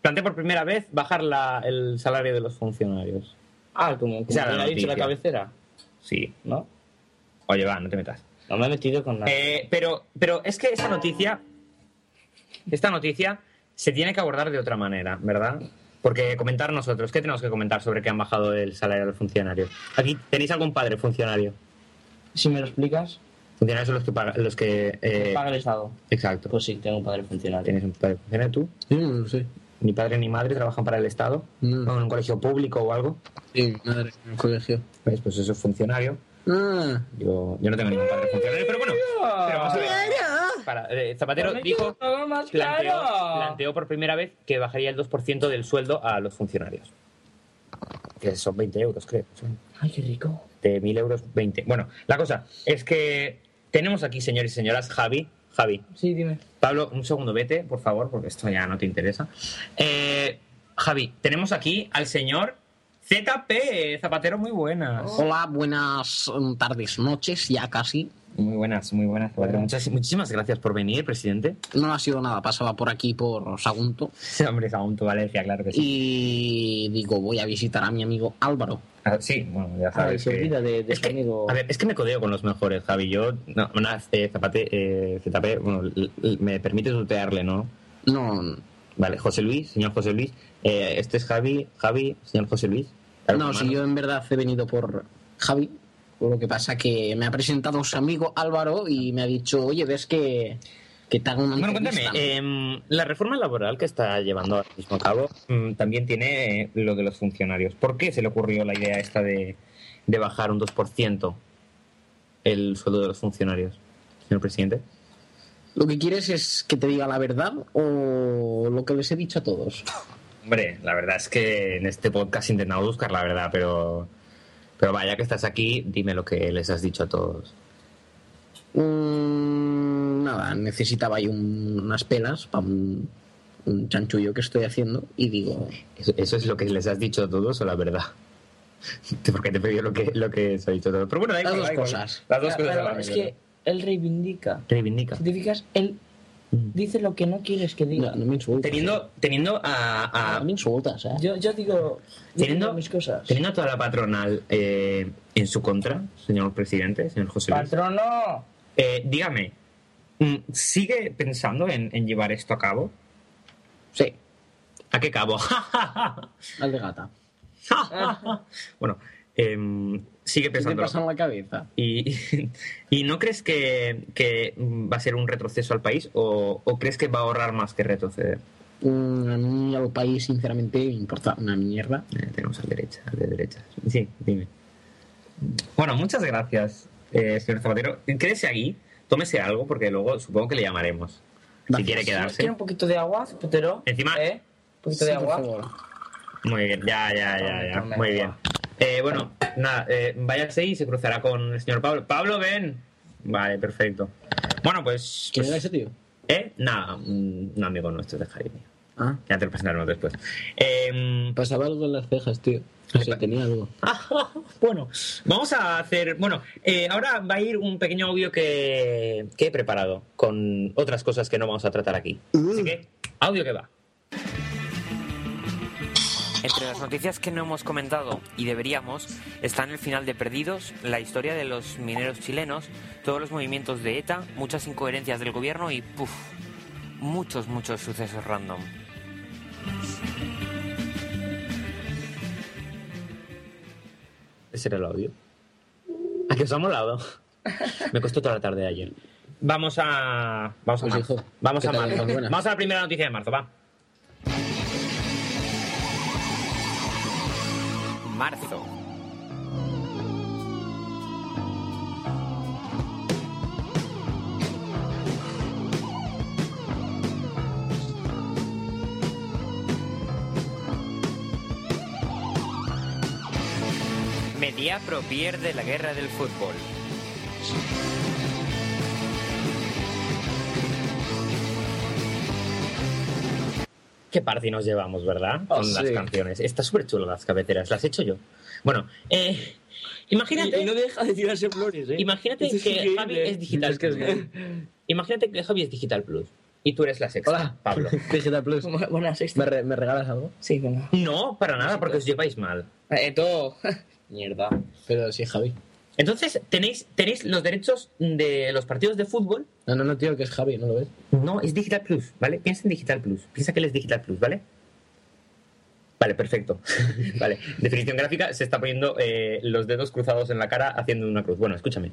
Speaker 6: plantea por primera vez bajar la- el salario de los funcionarios.
Speaker 7: Ah, como, como
Speaker 6: Esa era
Speaker 7: me
Speaker 6: la
Speaker 7: ha dicho la
Speaker 6: noticia.
Speaker 7: cabecera.
Speaker 6: Sí.
Speaker 7: ¿No?
Speaker 6: Oye, va, no te metas.
Speaker 7: No me he metido con nada.
Speaker 6: Eh, pero, pero es que esta noticia, esta noticia se tiene que abordar de otra manera, ¿verdad? Porque comentar nosotros, ¿qué tenemos que comentar sobre que han bajado el salario de los funcionarios? Aquí tenéis algún padre funcionario.
Speaker 7: Si me lo explicas,
Speaker 6: Funcionarios son los que pagan, los que... eh,
Speaker 7: paga el Estado.
Speaker 6: exacto.
Speaker 7: Pues sí, tengo un padre funcionario.
Speaker 6: ¿Tienes un padre funcionario tú?
Speaker 8: Yo no lo sé.
Speaker 6: Ni padre ni madre trabajan para el Estado.
Speaker 8: No.
Speaker 6: ¿O en un colegio público o algo.
Speaker 8: Sí, mi madre, en el colegio.
Speaker 6: ¿Ves? Pues eso es funcionario.
Speaker 8: Ah,
Speaker 6: Yo, yo no tengo ningún padre funcionario, pero bueno. Pero vamos a ver. Para, eh, Zapatero dijo...
Speaker 7: más
Speaker 6: planteó, planteó por primera vez que bajaría el 2% del sueldo a los funcionarios. Que son 20 euros, creo. Son
Speaker 7: Ay, qué rico.
Speaker 6: De 1.000 euros, 20. Bueno, la cosa es que tenemos aquí, señores y señoras, Javi. Javi,
Speaker 7: Sí, dime.
Speaker 6: Pablo, un segundo, vete, por favor, porque esto ya no te interesa. Eh, Javi, tenemos aquí al señor ZP, Zapatero, muy buenas.
Speaker 10: Hola, buenas mm, tardes, noches, ya casi.
Speaker 1: Muy buenas, muy buenas. de verdad.
Speaker 6: Muchas- muchísimas gracias por venir, <laughs> presidente.
Speaker 8: No ha sido nada, pasaba por aquí por Sagunto
Speaker 1: Hombre, Sagunto Valencia, claro que sí.
Speaker 8: y digo, voy a visitar a mi amigo Álvaro.
Speaker 1: Ah, sí, bueno, ya
Speaker 7: Ah,
Speaker 1: sabes.
Speaker 7: se
Speaker 1: que-
Speaker 7: olvida de, de
Speaker 6: Es
Speaker 7: su
Speaker 6: que,
Speaker 7: amigo.
Speaker 6: a ver, es que me codeo con los mejores, Javi. Yo, no, una eh, zapate, eh, ZP, bueno, l- l- me permite tutearle, ¿no?
Speaker 8: No,
Speaker 6: Vale, José Luis, señor José Luis. Eh, este es Javi, Javi, señor José Luis. Claro,
Speaker 8: no, si
Speaker 6: hermano.
Speaker 8: yo en verdad he venido por Javi, lo que pasa que me ha presentado su amigo Álvaro y me ha dicho, oye, ves que, que te hago una
Speaker 6: Bueno, cuéntame,
Speaker 8: entrevista".
Speaker 6: em, la reforma laboral que está llevando ahora mismo a cabo mm, también tiene eh, lo de los funcionarios. ¿Por qué se le ocurrió la idea esta de, de bajar un 2% el sueldo de los funcionarios, señor presidente?
Speaker 8: ¿Lo que quieres es que te diga la verdad o lo que les he dicho a todos?
Speaker 6: Hombre, la verdad es que en este podcast he intentado buscar la verdad, pero, pero vaya que estás aquí, dime lo que les has dicho a todos.
Speaker 8: Mm, nada, necesitaba ahí un- unas pelas para un, un chanchullo que estoy haciendo y digo,
Speaker 6: ¿Eso, eso es lo que les has dicho a todos o la verdad? <laughs> Porque te he pedido lo que, lo que se ha dicho a todos. Pero bueno, da
Speaker 8: las
Speaker 6: igual,
Speaker 8: dos
Speaker 6: da igual.
Speaker 8: cosas.
Speaker 6: Las dos
Speaker 7: Claro,
Speaker 6: cosas. a la
Speaker 7: es
Speaker 6: mierda.
Speaker 7: que él reivindica.
Speaker 6: Reivindica.
Speaker 7: Si te fijas, él dice lo que no quieres que diga.
Speaker 8: No, no me insultes.
Speaker 6: Teniendo, teniendo a,
Speaker 8: No
Speaker 6: a-
Speaker 8: me insultas, ¿eh?
Speaker 7: Yo, yo digo, yo
Speaker 6: Teniendo-
Speaker 7: digo mis cosas.
Speaker 6: teniendo a toda la patronal eh, en su contra, señor presidente, señor José Luis.
Speaker 7: ¡Patrono!
Speaker 6: eh, dígame, mm, ¿sigue pensando en, en llevar esto a cabo?
Speaker 8: Sí,
Speaker 6: ¿A qué cabo? <laughs>
Speaker 8: al de gata.
Speaker 6: bueno, em, sigue
Speaker 8: ¿Qué te
Speaker 6: pensando.
Speaker 8: pasa en la cabeza?
Speaker 6: Y, <laughs> ¿Y no crees que, que va a ser un retroceso al país o, o crees que va a ahorrar más que retroceder?
Speaker 8: Mm, a mí al país, sinceramente, me importa una mierda.
Speaker 6: Eh, tenemos al derecha, al de derecha. Sí, dime. Bueno, muchas gracias, eh, señor Zapatero. Quédese aquí, tómese algo porque luego supongo que le llamaremos. Si
Speaker 8: Gracias.
Speaker 6: quiere quedarse.
Speaker 7: ¿Quieres un poquito de agua, zapatero?
Speaker 6: Encima-
Speaker 7: ¿Eh? Un poquito
Speaker 8: Sí,
Speaker 7: de
Speaker 8: por
Speaker 7: agua.
Speaker 8: favor.
Speaker 6: Muy bien, ya, ya, ya, ya.
Speaker 7: Tome,
Speaker 6: Muy
Speaker 7: tome.
Speaker 6: bien. Eh, bueno, nada, eh, váyase y se cruzará con el señor Pablo. ¡Pablo, ven! Vale, perfecto. Bueno, pues.
Speaker 8: ¿Quién
Speaker 6: pues,
Speaker 8: era ese tío?
Speaker 6: ¿Eh? Nada, un un amigo nuestro de Jaime.
Speaker 8: Ah,
Speaker 6: Ya te lo presentaremos después. Eh,
Speaker 8: pasaba algo en las cejas, tío. O sea, tenía algo.
Speaker 6: bueno, vamos a hacer. Bueno, eh, ahora va a ir un pequeño audio que, que he preparado con otras cosas que no vamos a tratar aquí. Así que, audio que va.
Speaker 11: Entre las noticias que no hemos comentado y deberíamos están el final de Perdidos, la historia de los mineros chilenos, todos los movimientos de ETA, muchas incoherencias del gobierno y puff, muchos, muchos sucesos random.
Speaker 6: Ese era el audio. <laughs> ¿A que os ha molado? Me costó toda la tarde de ayer. Vamos a. Vamos a
Speaker 8: Pues,
Speaker 6: marzo.
Speaker 8: hijo,
Speaker 6: Vamos
Speaker 8: ¿qué
Speaker 6: a
Speaker 8: tal,
Speaker 6: marzo.
Speaker 8: hijo? Buenas.
Speaker 6: Vamos a la primera noticia de marzo, va.
Speaker 11: Marzo. Mediapro pierde la guerra del fútbol.
Speaker 6: Qué party nos llevamos, ¿verdad?
Speaker 12: Ah,
Speaker 6: Con las
Speaker 12: sí.
Speaker 6: canciones. Está súper chulo las cabeceras. Las he hecho yo. Bueno, eh, imagínate.
Speaker 7: deja de tirarse flores, ¿eh?
Speaker 6: Imagínate
Speaker 12: Este
Speaker 7: Esto es
Speaker 6: que
Speaker 7: increíble.
Speaker 6: Javi es digital.
Speaker 12: Es que es gay.
Speaker 6: Imagínate que Javi es digital plus y tú eres la sexta,
Speaker 12: Hola,
Speaker 6: Pablo.
Speaker 12: <laughs> Digital Plus.
Speaker 7: Bu- Buenas, sexta.
Speaker 12: ¿Me, re- me regalas algo?
Speaker 7: Sí, venga.
Speaker 6: No, para nada, porque os lleváis mal.
Speaker 7: Eh,
Speaker 6: <laughs>
Speaker 7: todo.
Speaker 12: Mierda. Pero sí, Javi.
Speaker 6: Entonces tenéis tenéis los derechos de los partidos de fútbol.
Speaker 12: No, no, no, tío, que es Javi, ¿no lo ves?
Speaker 6: No, es digital plus, ¿vale? Piensa en digital plus. Piensa que él es digital plus, ¿vale? Vale, perfecto. <laughs> vale, definición gráfica se está poniendo eh, los dedos cruzados en la cara haciendo una cruz. Bueno, escúchame.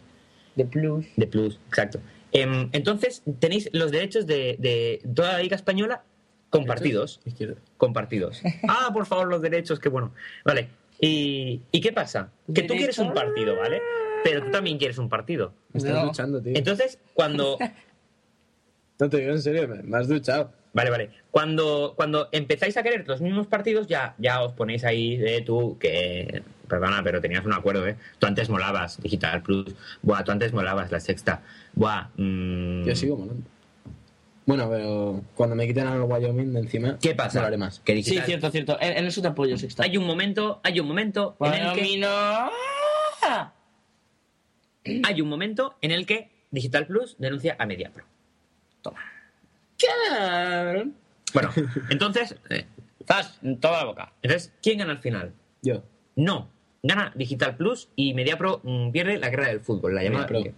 Speaker 7: De plus.
Speaker 6: De Plus, exacto. Em, entonces, tenéis los derechos de, de toda la Liga Española compartidos.
Speaker 12: Izquierda. <laughs>
Speaker 6: Compartidos. Ah, por favor, los derechos, qué bueno. Vale. ¿Y, ¿y qué pasa? Que tú quieres un
Speaker 7: Derecho.
Speaker 6: partido, ¿vale? Pero tú también quieres un partido.
Speaker 12: Me estás
Speaker 7: No.
Speaker 12: duchando, tío.
Speaker 6: Entonces,
Speaker 12: <laughs>
Speaker 6: cuando.
Speaker 12: No te digo en serio, me, me has duchado.
Speaker 6: Vale, vale. Cuando, cuando empezáis a querer los mismos partidos, ya, ya os ponéis ahí de tú que. Perdona, pero tenías un acuerdo, ¿eh? Tú antes molabas, Digital Plus. Buah, tú antes molabas, la sexta. Buah. mm,
Speaker 12: Yo sigo molando. Bueno, pero cuando me quiten al Wyoming de encima,
Speaker 6: ¿Qué pasa?
Speaker 12: no lo haré más.
Speaker 6: Que
Speaker 7: Sí,
Speaker 6: Digital
Speaker 7: cierto, cierto. En, en eso te apoyo, sexta.
Speaker 6: Hay un momento, hay un momento en el que...
Speaker 7: Palomino.
Speaker 6: hay un momento en el que Digital Plus denuncia a MediaPro. Toma. Bueno, entonces, eh, ¡zas! toda la boca. Entonces, ¿quién gana al final?
Speaker 12: Yo.
Speaker 6: No, gana Digital Plus y MediaPro mm, pierde la guerra del fútbol, la llamada
Speaker 12: MediaPro.
Speaker 6: que-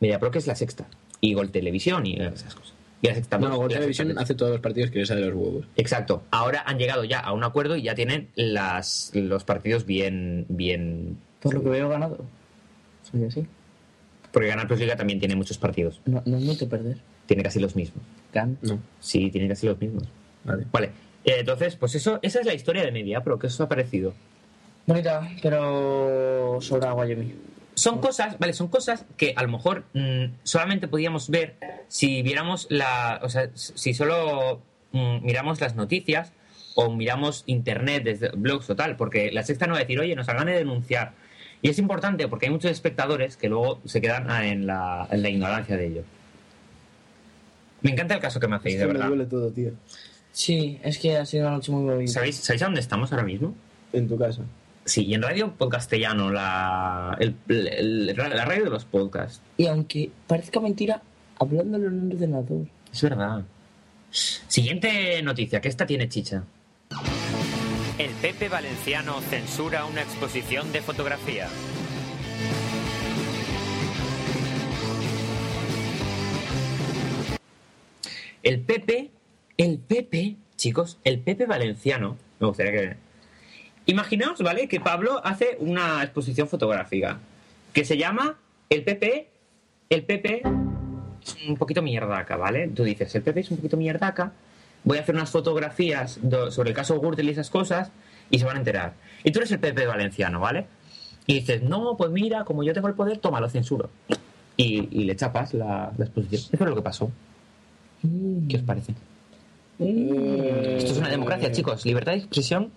Speaker 6: MediaPro que es la sexta y Gol Televisión y esas cosas. Y la sexta
Speaker 12: No,
Speaker 6: Plus,
Speaker 12: Gol
Speaker 6: y la
Speaker 12: Televisión
Speaker 6: sexta
Speaker 12: hace todos los partidos que les sale de los huevos.
Speaker 6: Exacto. Ahora han llegado ya a un acuerdo y ya tienen las, los partidos bien, bien.
Speaker 7: Por lo que veo ganado. Soy así.
Speaker 6: Porque Ganar Plus Liga también tiene muchos partidos.
Speaker 7: No, no admito perder.
Speaker 6: Tiene casi los mismos.
Speaker 7: Gan.
Speaker 12: No.
Speaker 6: Sí, tiene casi los mismos.
Speaker 12: Vale.
Speaker 6: Vale. Eh, Entonces, pues eso, esa es la historia de MediaPro, que os ha parecido.
Speaker 7: Bonita, pero sobra Guayemi.
Speaker 6: Son cosas, vale, son cosas que a lo mejor mm, solamente podíamos ver si viéramos la. O sea, si solo mm, miramos las noticias o miramos internet desde blogs o tal, porque la sexta no va a decir, oye, nos hagan de denunciar. Y es importante porque hay muchos espectadores que luego se quedan ah, en la, en la ignorancia de ello. Me encanta el caso que me hacéis, de verdad.
Speaker 12: todo, tío.
Speaker 7: Sí, es que ha sido una noche muy movida.
Speaker 6: ¿Sabéis, ¿Sabéis a dónde estamos ahora mismo?
Speaker 12: En tu casa.
Speaker 6: Sí, y en Radio Podcastellano, la, el- el- la radio de los podcasts.
Speaker 7: Y aunque parezca mentira, hablándolo en un ordenador.
Speaker 6: Es verdad. Siguiente noticia, que esta tiene chicha.
Speaker 11: El Pepe Valenciano censura una exposición de fotografía.
Speaker 6: El Pepe, el Pepe, chicos, el Pepe Valenciano. Me gustaría que... Imaginaos, ¿vale? Que Pablo hace una exposición fotográfica que se llama El Pepe, el Pepe es un poquito mierdaca, ¿vale? Tú dices, el Pepe es un poquito mierdaca, voy a hacer unas fotografías do- sobre el caso Gürtel y esas cosas y se van a enterar. Y tú eres el Pepe Valenciano, ¿vale? Y dices, no, pues mira, como yo tengo el poder, toma, lo censuro. Y, y le chapas la, la exposición. Eso es lo que pasó.
Speaker 7: Mm.
Speaker 6: ¿Qué os parece? Esto es una democracia, chicos. Libertad de expresión.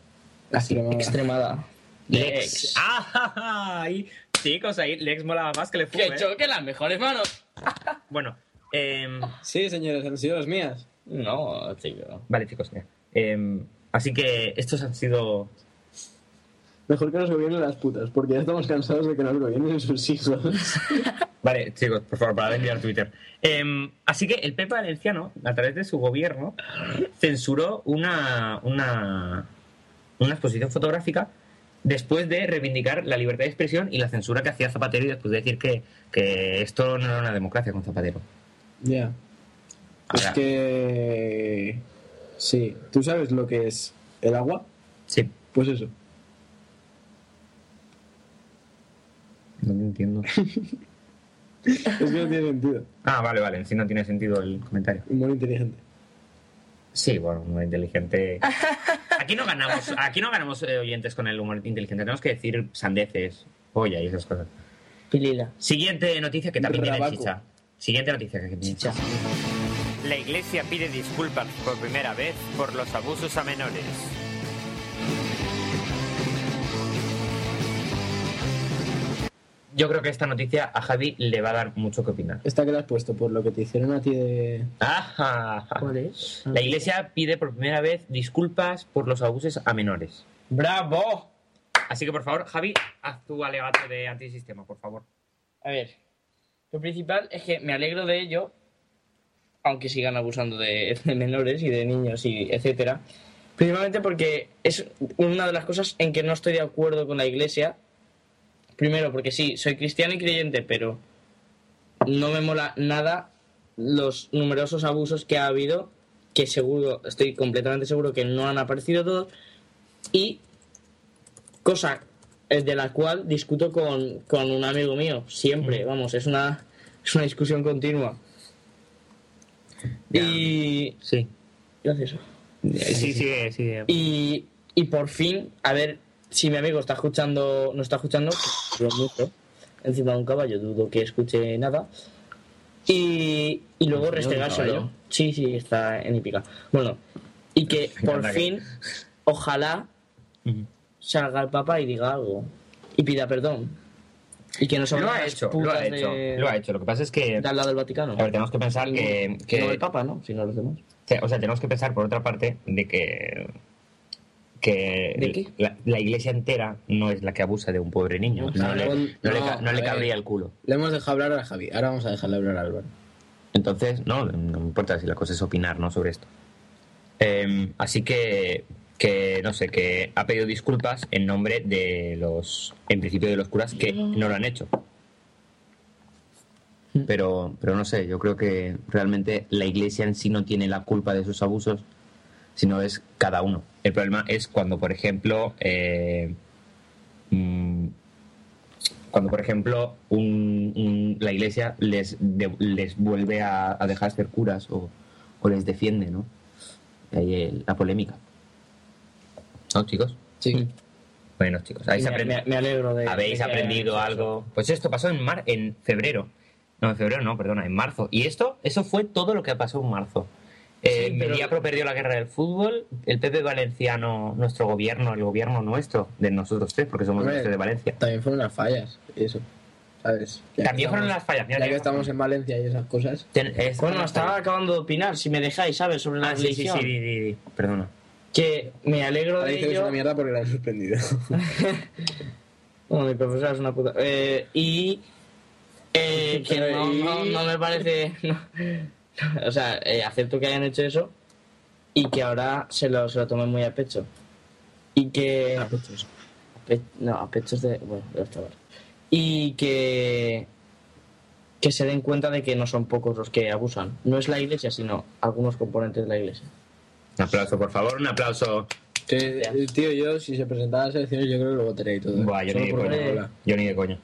Speaker 6: Así.
Speaker 7: Extremada.
Speaker 6: Lex. Ah, ja, ja, ahí. Chicos, ahí Lex molaba más que le fue.
Speaker 7: choque las mejores manos!
Speaker 6: Bueno, em,
Speaker 12: Sí, señores, han sido las mías.
Speaker 7: No, chico.
Speaker 6: vale, chicos. mira. Em, así que estos han sido.
Speaker 12: Mejor que nos gobiernen las putas, porque ya estamos cansados de que nos gobiernen sus hijos.
Speaker 6: Vale, chicos, por favor, para de enviar Twitter. Em, así que el Pepe Valenciano, a través de su gobierno, censuró una, una, una exposición fotográfica después de reivindicar la libertad de expresión y la censura que hacía Zapatero y después de decir que, que esto no era una democracia con Zapatero.
Speaker 12: Ya. Es Pues
Speaker 6: Ahora.
Speaker 12: que. Sí. ¿Tú sabes lo que es el agua?
Speaker 6: Sí,
Speaker 12: Pues eso.
Speaker 6: no lo entiendo.
Speaker 12: Es que no tiene sentido.
Speaker 6: <laughs> Ah, vale, vale, en sí no tiene sentido el comentario.
Speaker 12: Humor inteligente.
Speaker 6: Sí, bueno, humor inteligente. Aquí no ganamos, aquí no ganamos eh, oyentes con el humor inteligente, tenemos que decir sandeces, polla y esas cosas.
Speaker 7: Pilila.
Speaker 6: Siguiente noticia que también
Speaker 12: Rabaco.
Speaker 6: tiene chicha. Siguiente noticia que tiene
Speaker 7: Chicha.
Speaker 11: La iglesia pide disculpas por primera vez por los abusos a menores.
Speaker 6: Yo creo que esta noticia a Javi le va a dar mucho que opinar.
Speaker 12: Esta que la has puesto por lo que te hicieron a ti de.
Speaker 6: Ajá.
Speaker 7: ¿Cuál es?
Speaker 6: La iglesia pide por primera vez disculpas por los abusos a menores.
Speaker 7: ¡Bravo!
Speaker 6: Así que por favor, Javi, haz tu alegato de antisistema, por favor.
Speaker 7: A ver, lo principal es que me alegro de ello, aunque sigan abusando de, <laughs> de menores y de niños y etcétera. Principalmente porque es una de las cosas en que no estoy de acuerdo con la iglesia. Primero, porque sí, soy cristiano y creyente, pero no me mola nada los numerosos abusos que ha habido, que seguro, estoy completamente seguro que no han aparecido todos. Y cosa eh, de la cual discuto con, con un amigo mío,
Speaker 6: Mm.
Speaker 7: siempre, vamos, es una, es una discusión continua.
Speaker 6: Ya.
Speaker 7: Y...
Speaker 6: Sí.
Speaker 7: Gracias.
Speaker 6: Sí, sigue, sigue.
Speaker 7: Y, y por fin, a ver si mi amigo está escuchando, no está escuchando, lo mucho, encima de un caballo, dudo que escuche nada. Y, y
Speaker 6: ¿Encima
Speaker 7: luego
Speaker 6: de un
Speaker 7: restregárselo.
Speaker 6: caballo?
Speaker 7: Sí, sí, está en hípica. Bueno, y que por
Speaker 6: encanta que-
Speaker 7: fin, ojalá
Speaker 6: Ujú.
Speaker 7: salga el papá y diga algo y pida perdón. Y que no se
Speaker 6: Lo ha
Speaker 7: abran las
Speaker 6: hecho, lo
Speaker 7: putas
Speaker 6: ha hecho,
Speaker 7: de-
Speaker 6: lo ha hecho. Lo que pasa es que,
Speaker 7: de al lado del Vaticano.
Speaker 6: a ver, tenemos que pensar que, que-
Speaker 7: No el Papa, ¿no? Sino los demás.
Speaker 6: o sea, tenemos que pensar por otra parte de que que
Speaker 7: ¿De qué?
Speaker 6: La, la iglesia entera no es la que abusa de un pobre niño.
Speaker 8: No,
Speaker 6: No le,
Speaker 8: no,
Speaker 6: no le ca-
Speaker 8: no,
Speaker 6: no le
Speaker 8: a ver.
Speaker 6: cabría el culo.
Speaker 8: Le hemos dejado hablar a Javi, ahora vamos a dejarle hablar a Álvaro.
Speaker 6: Entonces, no, no me importa si la cosa es opinar, ¿no? Sobre esto. Em, así que, que, no sé, que ha pedido disculpas en nombre de los, en principio de los curas que no lo han hecho. Pero, pero no sé, yo creo que realmente la iglesia en sí no tiene la culpa de sus abusos, sino es cada uno. El problema es cuando, por ejemplo, eh, mm, cuando por ejemplo un- un- la iglesia les, de- les vuelve a, a dejar ser curas o, o les defiende, ¿no? Ahí el- la polémica. ¿No, chicos?
Speaker 8: Sí.
Speaker 6: Mm. Bueno, chicos, habéis,
Speaker 7: me,
Speaker 6: aprend-
Speaker 7: me- me alegro de.
Speaker 6: habéis
Speaker 7: de que-
Speaker 6: aprendido algo. Pues esto pasó en mar en febrero. No, en febrero no, perdona, en marzo. Y esto, eso fue todo lo que pasó en marzo. Eh,
Speaker 7: Sí, pero-
Speaker 6: Mediapro perdió la guerra del fútbol, el PP valenciano, nuestro gobierno, el gobierno nuestro, de nosotros tres, porque somos
Speaker 8: Hombre,
Speaker 6: los tres de Valencia.
Speaker 8: También fueron las fallas, eso. ¿Sabes? Ya que
Speaker 6: También fueron
Speaker 8: estamos-
Speaker 6: las fallas. mira,
Speaker 8: Ya que
Speaker 6: tenemos-
Speaker 8: estamos en Valencia y esas cosas.
Speaker 6: Ten- es-
Speaker 7: Bueno, estaba acabando de opinar, si me dejáis, ¿sabes? Sobre la
Speaker 6: Ah, sí, sí,
Speaker 7: religión.
Speaker 6: sí, di, di, di. Perdona.
Speaker 7: Que me alegro
Speaker 8: Ha
Speaker 7: de
Speaker 8: dicho que es
Speaker 7: ello.
Speaker 8: una mierda porque la han
Speaker 6: <laughs>
Speaker 8: suspendido.
Speaker 7: Bueno, mi profesora es una puta. Eh, y. eh, que
Speaker 8: Pero
Speaker 7: no,
Speaker 8: y-
Speaker 7: no- no me parece. <laughs> no. o sea, eh, acepto que hayan hecho eso y que ahora se lo, se lo tomen muy a pecho. Y que.
Speaker 8: Ah, pues eso.
Speaker 7: Pe- No, a pechos de. Bueno, de los chavales. Y que. Que se den cuenta de que no son pocos los que abusan. No es la iglesia, sino algunos componentes de la iglesia.
Speaker 6: Un aplauso, por favor, un aplauso.
Speaker 8: Que, eh, tío, yo si se presentaba a las elecciones, yo creo que lo votaría y todo. ¿eh?
Speaker 6: Buah, yo
Speaker 8: Solo
Speaker 6: ni de
Speaker 8: por
Speaker 6: coño.
Speaker 8: Coca-Cola.
Speaker 6: Yo ni de coño.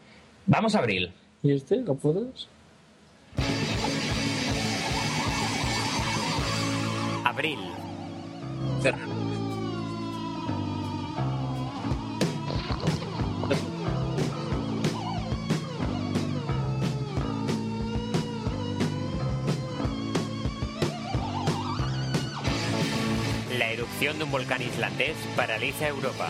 Speaker 6: Vamos a abril.
Speaker 7: ¿Y este? ¿Lo puedes?
Speaker 11: Abril. La erupción de un volcán islandés paraliza Europa.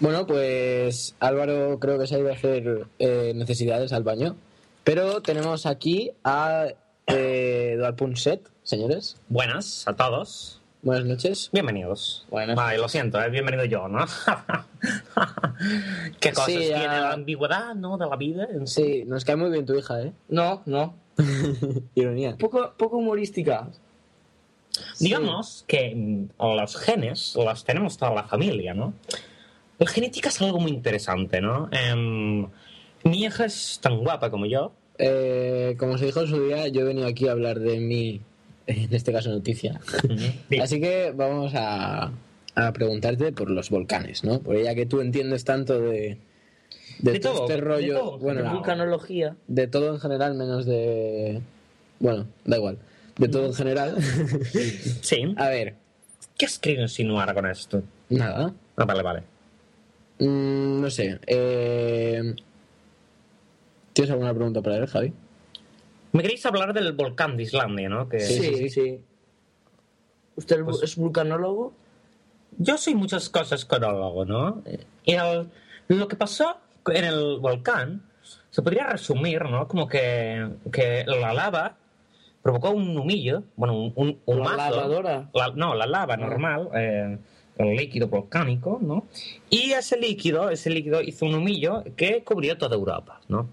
Speaker 8: Bueno, pues Álvaro creo que se ha ido a hacer eh, necesidades al baño. Pero tenemos aquí a eh, Eduard Punset, señores.
Speaker 6: Buenas a todos.
Speaker 8: Buenas noches.
Speaker 6: Bienvenidos.
Speaker 7: Buenas.
Speaker 6: Ay, lo siento, eh, bienvenido yo, ¿no? <laughs> Qué cosas
Speaker 8: Sí,
Speaker 6: tiene
Speaker 8: ya.
Speaker 6: la ambigüedad, ¿no? De la vida. en sí.
Speaker 8: Sí, nos cae muy bien tu hija, ¿eh?
Speaker 7: No, no.
Speaker 8: <laughs> Ironía.
Speaker 7: Poco, poco humorística.
Speaker 6: Digamos que mm, los genes los tenemos toda la familia, ¿no? La genética es algo muy interesante, ¿no? Em, mi hija es tan guapa como
Speaker 8: <laughs>
Speaker 6: yo.
Speaker 8: Eh, como se dijo en su día, yo he venido aquí a hablar de mi, en este caso, noticia.
Speaker 6: Sí.
Speaker 8: Así que vamos a, a preguntarte por los volcanes, ¿no? Por ella que tú entiendes tanto de, de,
Speaker 6: De
Speaker 8: todo,
Speaker 6: todo,
Speaker 8: este
Speaker 6: de
Speaker 8: rollo.
Speaker 6: todo,
Speaker 8: bueno,
Speaker 6: de vulcano-
Speaker 7: Canología.
Speaker 8: de todo en general, menos de. Bueno, da igual. De todo en general. <laughs>
Speaker 6: sí.
Speaker 8: a ver,
Speaker 6: ¿Qué has querido insinuar con esto?
Speaker 8: nada.
Speaker 6: Ah, vale, vale.
Speaker 8: Mm, no sé. eh, ¿Tienes alguna pregunta para él, Javi?
Speaker 6: Me queréis hablar del volcán de Islandia, ¿no? Que
Speaker 8: Sí, sí, Pues sí.
Speaker 7: ¿Usted es bu- es vulcanólogo?
Speaker 6: Yo soy muchas cosas conólogo, ¿no? Y el- lo que pasó en el volcán se podría resumir, ¿no? Como que, que la lava provocó un humillo, bueno, un, un, un
Speaker 7: ¿La
Speaker 6: mazo.
Speaker 7: lavadora?
Speaker 6: La- no, la lava normal, eh, el líquido volcánico, ¿no? Y ese líquido, ese líquido hizo un humillo que cubrió toda Europa, ¿no?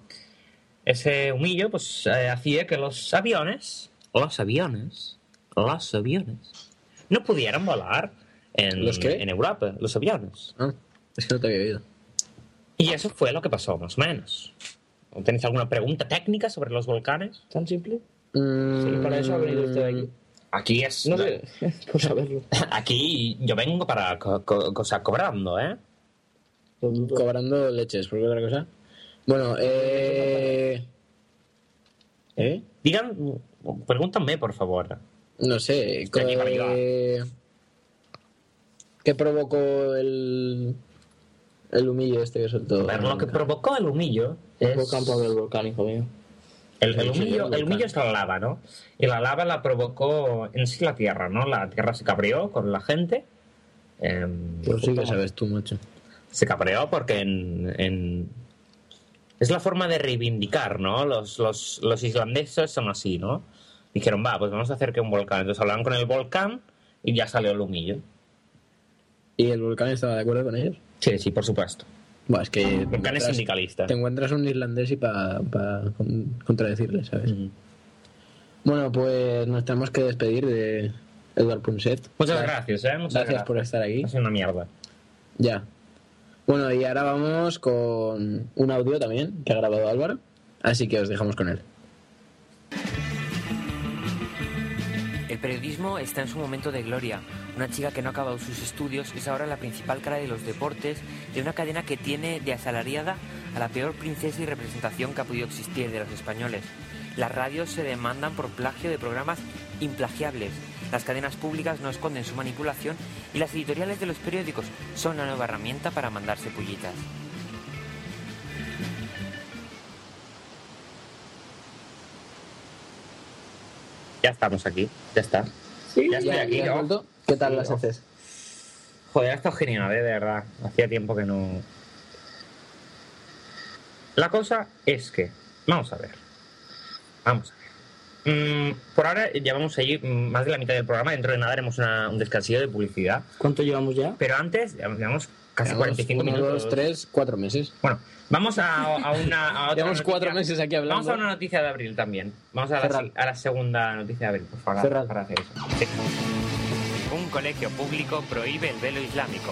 Speaker 6: Ese humillo, pues, eh, hacía que los aviones, los aviones, los aviones, no pudieran volar en,
Speaker 8: ¿Los qué?
Speaker 6: en Europa, los aviones.
Speaker 8: Ah, es que no te había oído.
Speaker 6: Y eso fue lo que pasó, más o menos. ¿Tenéis alguna pregunta técnica sobre los volcanes?
Speaker 7: ¿Tan simple?
Speaker 8: Mm,
Speaker 7: para eso ha venido usted aquí.
Speaker 6: Aquí es...
Speaker 7: No sé,
Speaker 8: <laughs>
Speaker 7: Pues por saberlo.
Speaker 6: <laughs>
Speaker 8: Pues
Speaker 6: Aquí yo vengo para co- co- cosa cobrando, ¿eh?
Speaker 7: Lo dudo.
Speaker 8: Cobrando leches, ¿por qué otra cosa? Bueno, eh... ¿Eh?
Speaker 6: Digan, pregúntame, por favor.
Speaker 8: No sé.
Speaker 6: De aquí para arriba.
Speaker 8: eh, ¿Qué provocó el... el humillo este que soltó?
Speaker 6: Pero lo que provocó el humillo
Speaker 7: Es...
Speaker 6: es...
Speaker 7: campo del volcán, hijo mío.
Speaker 6: El,
Speaker 8: Sí, sí,
Speaker 6: el
Speaker 8: el
Speaker 6: humillo, el
Speaker 8: volcán.
Speaker 6: humillo es la lava, ¿no? Y la lava la provocó en sí la tierra, ¿no? La tierra se cabreó con la gente. em,
Speaker 8: Pues sí que
Speaker 6: justo-
Speaker 8: sabes tú, macho.
Speaker 6: Se cabreó porque en, en, Es la forma de reivindicar, ¿no? Los, los, los islandeses son así, ¿no? Dijeron, va, pues vamos a hacer que un volcán. Entonces hablaban con el volcán y ya salió el humillo.
Speaker 8: ¿Y el volcán estaba de acuerdo con ellos?
Speaker 6: Sí, sí, por supuesto.
Speaker 8: Bueno, es que. te
Speaker 6: El volcán es
Speaker 8: encuentras-
Speaker 6: sindicalista.
Speaker 8: Te encuentras un islandés y para contradecirle, ¿sabes?
Speaker 6: Mm.
Speaker 8: Bueno, pues nos tenemos que despedir de Eduard Punset.
Speaker 6: Muchas gracias, ¿eh? Muchas
Speaker 8: Gracias por estar aquí.
Speaker 6: Es una mierda.
Speaker 8: Ya. Bueno, y ahora vamos con un audio también que ha grabado Álvaro. Así que os dejamos con él.
Speaker 11: El periodismo está en su momento de gloria. Una chica que no ha acabado sus estudios es ahora la principal cara de los deportes de una cadena que tiene de asalariada a la peor princesa y representación que ha podido existir de los españoles. Las radios se demandan por plagio de programas implagiables. Las cadenas públicas no esconden su manipulación y las editoriales de los periódicos son la nueva herramienta para mandarse pullitas.
Speaker 6: Ya estamos aquí, ya está. ya estoy
Speaker 8: ¿Ya-
Speaker 6: aquí,
Speaker 8: ya has
Speaker 6: ¿no?
Speaker 8: vuelto? ¿Qué tal
Speaker 6: Sí,
Speaker 8: las
Speaker 6: ¿no?
Speaker 8: haces?
Speaker 6: Joder, ha estado genial, ¿eh? de verdad. Hacía tiempo que no. La cosa es que. Vamos a ver. Vamos a ver. Mm, por ahora ya vamos a ir mm, más de la mitad del programa. Dentro de nada haremos una- un descansillo de publicidad.
Speaker 7: ¿Cuánto llevamos ya?
Speaker 6: Pero antes, llevamos casi
Speaker 8: Llevamos
Speaker 6: 45
Speaker 8: uno,
Speaker 6: minutos.
Speaker 8: dos, tres, cuatro meses.
Speaker 6: Bueno, vamos a, a
Speaker 8: <laughs>
Speaker 6: una. A otra
Speaker 8: Llevamos cuatro
Speaker 6: noticia.
Speaker 8: meses aquí hablando.
Speaker 6: Vamos a una noticia de abril también. Vamos a la,
Speaker 8: Cerrad.
Speaker 6: a la segunda noticia de abril, por favor.
Speaker 8: Cerrad.
Speaker 6: para hacer eso. Sí.
Speaker 11: Un colegio público prohíbe el velo islámico.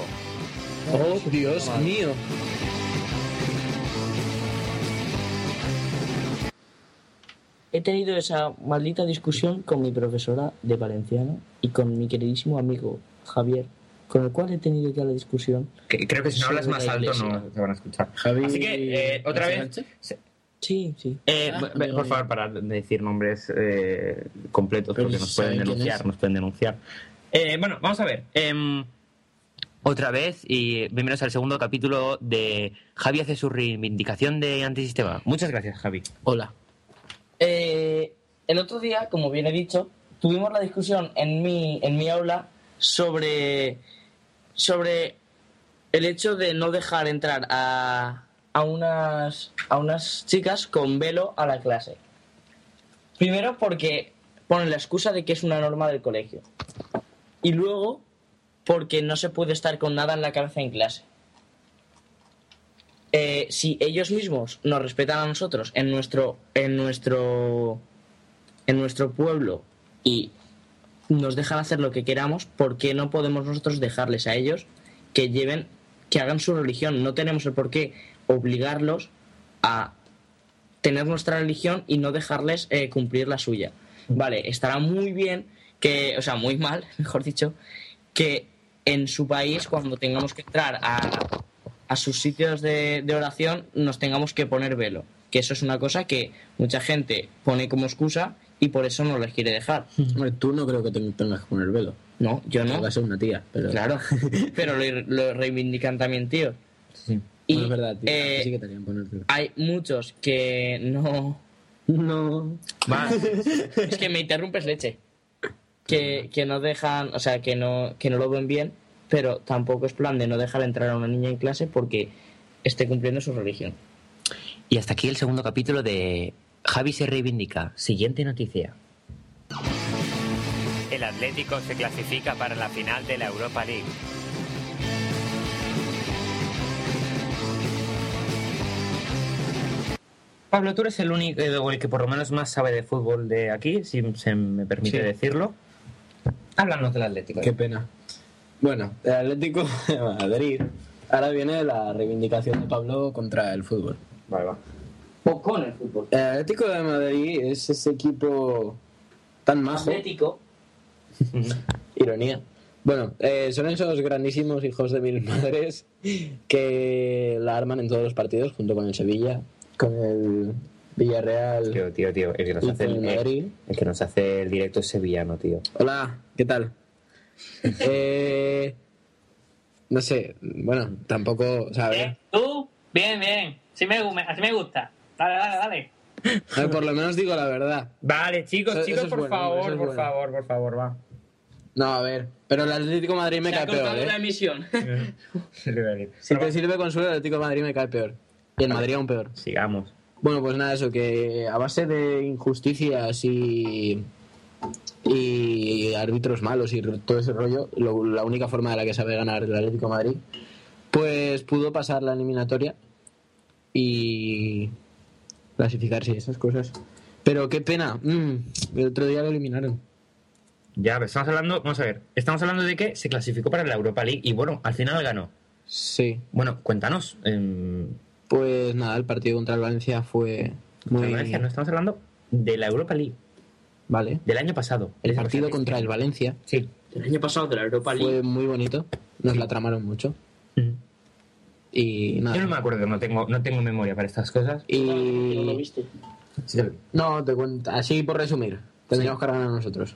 Speaker 8: Oh, Dios mío.
Speaker 7: He tenido esa maldita discusión con mi profesora de valenciano y con mi queridísimo amigo Javier, con el cual he tenido ya la discusión.
Speaker 6: Que- creo que si no hablas
Speaker 7: Sobre
Speaker 6: más
Speaker 7: la
Speaker 6: alto
Speaker 7: iglesia.
Speaker 6: no te van a escuchar.
Speaker 8: Javi-
Speaker 6: Así que, eh, otra
Speaker 8: Javi
Speaker 6: vez.
Speaker 8: Sánchez.
Speaker 6: se-
Speaker 7: Sí, sí.
Speaker 6: eh,
Speaker 8: Ah,
Speaker 6: b- b-
Speaker 8: amigo
Speaker 6: por
Speaker 8: mío.
Speaker 6: favor, para de decir nombres eh, completos
Speaker 8: Pero
Speaker 6: porque nos
Speaker 8: ¿saben
Speaker 6: pueden
Speaker 8: quién
Speaker 6: denunciar.
Speaker 8: es?
Speaker 6: Nos pueden denunciar. Eh, bueno, vamos a ver. Em, otra vez y bienvenidos al segundo capítulo de Javi hace su reivindicación de antisistema. Muchas gracias, Javi.
Speaker 8: Hola.
Speaker 7: Eh, el otro día, como bien he dicho, tuvimos la discusión en mi, en mi aula sobre, sobre el hecho de no dejar entrar a, a, unas, a unas chicas con velo a la clase. Primero porque ponen la excusa de que es una norma del colegio. Y luego porque no se puede estar con nada en la cabeza en clase. Eh, si ellos mismos nos respetan a nosotros en nuestro en nuestro en nuestro pueblo y nos dejan hacer lo que queramos, ¿por qué no podemos nosotros dejarles a ellos que lleven que hagan su religión? No tenemos el por qué obligarlos a tener nuestra religión y no dejarles eh, cumplir la suya. Vale, estará muy bien que, o sea, muy mal, <laughs> mejor dicho, que en su país cuando tengamos que entrar a a sus sitios de, de oración nos tengamos que poner velo. Que eso es una cosa que mucha gente pone como excusa y por eso no les quiere dejar.
Speaker 8: Hombre, tú no creo que te tengas que poner velo.
Speaker 7: No, yo
Speaker 8: No.
Speaker 7: no.
Speaker 8: Va a ser una tía, pero. <laughs>
Speaker 7: Claro. Pero lo, lo reivindican también, tío.
Speaker 8: Y,
Speaker 7: Y
Speaker 8: es verdad, tío.
Speaker 7: eh,
Speaker 8: sí que te harían ponértelo.
Speaker 7: hay muchos que no...
Speaker 8: No. <laughs>
Speaker 6: Va.
Speaker 7: Es que me interrumpes leche. Que, que no dejan, o sea, que no, que no lo ven bien, pero tampoco es plan de no dejar entrar a una niña en clase porque esté cumpliendo su religión.
Speaker 6: Y hasta aquí el segundo capítulo de Javi se reivindica. Siguiente noticia.
Speaker 11: El Atlético se clasifica para la final de la Europa League.
Speaker 6: Pablo, tú eres el único, eh, o el que por lo menos más sabe de fútbol de aquí, si se me permite
Speaker 8: Sí.
Speaker 6: decirlo. Háblanos del Atlético.
Speaker 8: Qué pena. Bueno, el Atlético <laughs> de Madrid. Ahora viene la reivindicación de Pablo contra el fútbol.
Speaker 6: Vale, va.
Speaker 13: Pues
Speaker 7: O con el fútbol.
Speaker 8: El Atlético de Madrid es ese equipo tan majo.
Speaker 7: Atlético.
Speaker 8: <laughs> Ironía. Bueno, eh, son esos grandísimos hijos de mil <laughs> madres que la arman en todos los partidos, junto con el Sevilla, con el Villarreal.
Speaker 6: Tío, tío, tío, el que nos
Speaker 8: Y
Speaker 6: hace el,
Speaker 8: con el Madrid.
Speaker 6: el que nos hace el directo es sevillano, tío.
Speaker 8: Hola, ¿qué
Speaker 6: <laughs>
Speaker 8: tal? Eh, no sé, bueno, tampoco, o sea, a ver,
Speaker 13: Eh, ¿Tú? Bien, bien. Sí me, gu- así me gusta. Dale, dale, dale.
Speaker 8: a ver, por lo menos digo la verdad.
Speaker 6: Vale, chicos,
Speaker 8: Eso-
Speaker 6: chicos,
Speaker 8: eso es
Speaker 6: por
Speaker 8: bueno,
Speaker 6: favor,
Speaker 8: eso es
Speaker 6: por
Speaker 8: bueno.
Speaker 6: favor, por favor, va. <laughs>
Speaker 8: No, a ver, pero el Atlético de Madrid me cae peor, ¿eh?
Speaker 7: emisión.
Speaker 6: Le voy a decir.
Speaker 8: Si te sirve consuelo, el Atlético de Madrid me cae peor. Y en Madrid aún peor.
Speaker 6: Sigamos.
Speaker 8: Bueno, pues nada, eso, que a base de injusticias y, y árbitros malos y todo ese rollo, lo- la única forma de la que sabe ganar el Atlético de Madrid, pues pudo pasar la eliminatoria y clasificarse y esas cosas. Pero qué pena, mm, el otro día lo eliminaron.
Speaker 6: Ya, pero estamos hablando, vamos a ver, estamos hablando de que se clasificó para la Europa League y bueno, al final ganó.
Speaker 8: Sí.
Speaker 6: Bueno, cuéntanos. em,
Speaker 8: Pues nada, el partido contra el Valencia fue muy...
Speaker 6: la Valencia, no estamos hablando de la Europa League.
Speaker 8: Vale.
Speaker 6: Del año pasado.
Speaker 8: El partido contra el Valencia.
Speaker 6: Sí.
Speaker 8: El año pasado de la Europa Fue muy bonito. Nos la tramaron mucho. Y nada.
Speaker 6: Yo no me acuerdo, no tengo, no tengo memoria para estas cosas.
Speaker 13: <laughs>
Speaker 8: Y...
Speaker 6: Sí, lo vi.
Speaker 8: No, te cuento. Así por resumir. Tendríamos que ganar nosotros.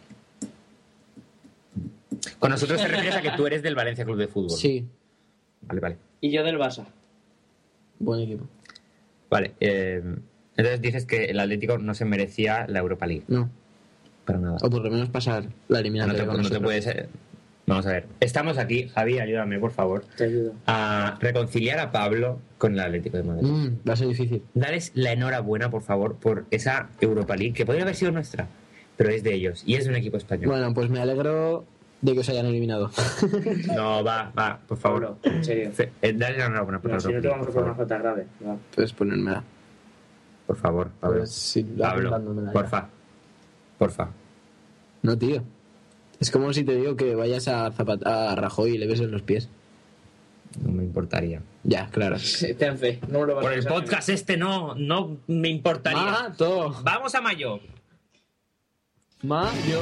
Speaker 6: Con nosotros te refieres a que tú eres del Valencia Club de Fútbol.
Speaker 8: Sí.
Speaker 6: Vale, vale.
Speaker 7: Y yo del Barça.
Speaker 8: Buen equipo.
Speaker 6: Vale. em, entonces dices que el Atlético no se merecía la Europa League.
Speaker 8: No.
Speaker 6: Para nada.
Speaker 8: O por lo menos pasar la
Speaker 6: No
Speaker 8: eliminatoria
Speaker 6: te,
Speaker 8: con
Speaker 6: no te
Speaker 8: nosotros.
Speaker 6: puedes. eh, Vamos a ver. Estamos aquí, Javi, ayúdame, por favor.
Speaker 8: Te ayudo.
Speaker 6: A reconciliar a Pablo con el Atlético de Madrid.
Speaker 8: Mm, va a ser difícil.
Speaker 6: Dales la enhorabuena, por favor, por esa Europa League que podría haber sido nuestra, pero es de ellos y es de un equipo español.
Speaker 8: Bueno, pues me alegro de que os hayan eliminado.
Speaker 6: No, va, va, por favor.
Speaker 7: en serio.
Speaker 6: Fe- eh, Dale la enhorabuena, por,
Speaker 7: No,
Speaker 6: la
Speaker 7: si no
Speaker 6: Europa
Speaker 7: te
Speaker 6: League,
Speaker 7: vamos a
Speaker 6: por
Speaker 7: poner una
Speaker 6: favor.
Speaker 7: falta grave. va.
Speaker 8: Puedes ponérmela.
Speaker 6: Por favor, Pablo.
Speaker 8: Pues sí,
Speaker 6: Pablo,
Speaker 8: apuntándomela
Speaker 6: porfa. Porfa.
Speaker 8: No, tío. Es como si te digo que vayas a, Zapat- a Rajoy y le beses los pies.
Speaker 6: No me importaría.
Speaker 8: Ya, claro.
Speaker 7: Ten fe, no me lo vas
Speaker 6: Por
Speaker 7: a
Speaker 6: el
Speaker 7: pensar.
Speaker 6: podcast este no, no me importaría.
Speaker 8: Ah. Mato.
Speaker 6: Vamos a Mayo.
Speaker 8: Mayo.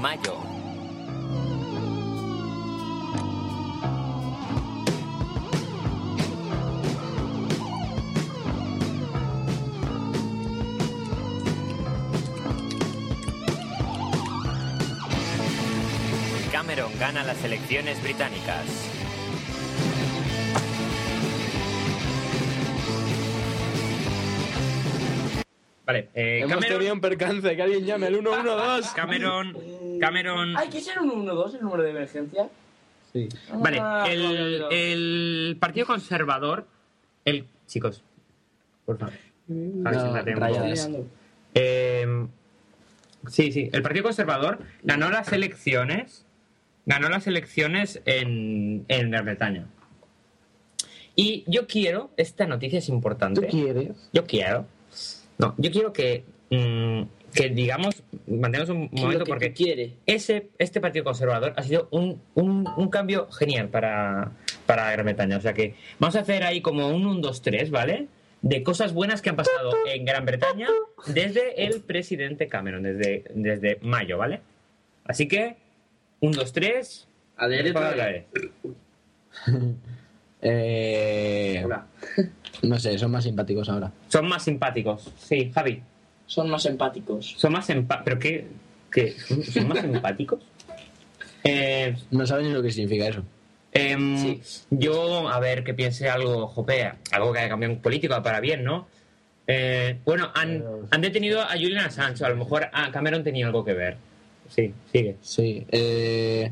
Speaker 11: Mayo. Cameron gana las elecciones británicas.
Speaker 6: Vale, eh,
Speaker 8: Hemos tenido
Speaker 6: Cameron.
Speaker 8: un percance, que alguien llame al <laughs> 112.
Speaker 6: Cameron. Cameron.
Speaker 7: Hay que ser un 1-2 el número de emergencia.
Speaker 8: Sí.
Speaker 7: Ah,
Speaker 6: Vale, el,
Speaker 7: joder,
Speaker 6: el Partido Conservador. El. Chicos. Por favor. Javi,
Speaker 8: No,
Speaker 6: siéntate un
Speaker 8: rayas.
Speaker 6: poco. Eh, sí, sí. El Partido Conservador ganó las elecciones. Ganó las elecciones en, en Gran Bretaña. Y yo quiero. Esta noticia es importante.
Speaker 8: ¿Tú quieres?
Speaker 6: Yo quiero. No, yo quiero que. mm, que digamos. Mantengamos un
Speaker 7: Es lo
Speaker 6: momento
Speaker 7: que tú
Speaker 6: porque
Speaker 7: quieres.
Speaker 6: ese, este Partido Conservador ha sido un, un- un cambio genial para, para Gran Bretaña. O sea que vamos a hacer ahí como un 1, 2, 3, ¿vale? De cosas buenas que han pasado en Gran Bretaña desde el presidente Cameron, desde, desde mayo, ¿vale? Así que, 1, 2, 3.
Speaker 7: Adere, adere.
Speaker 6: E.
Speaker 8: Eh,
Speaker 7: Hola.
Speaker 8: no sé, son más simpáticos ahora.
Speaker 6: Son más simpáticos. Sí, Javi.
Speaker 7: Son más empáticos.
Speaker 6: Son más empáticos. ¿Pero qué? qué? ¿Son- ¿Son más empáticos? Eh,
Speaker 8: No saben ni lo que significa eso.
Speaker 6: Em, Yo, a ver, que piense algo, jopea, algo que haya cambiado en política para bien, ¿no? Eh, bueno, han, han detenido a Julian Assange, a lo mejor a Cameron tenía algo que ver. Sí, sigue.
Speaker 8: Sí. Eh,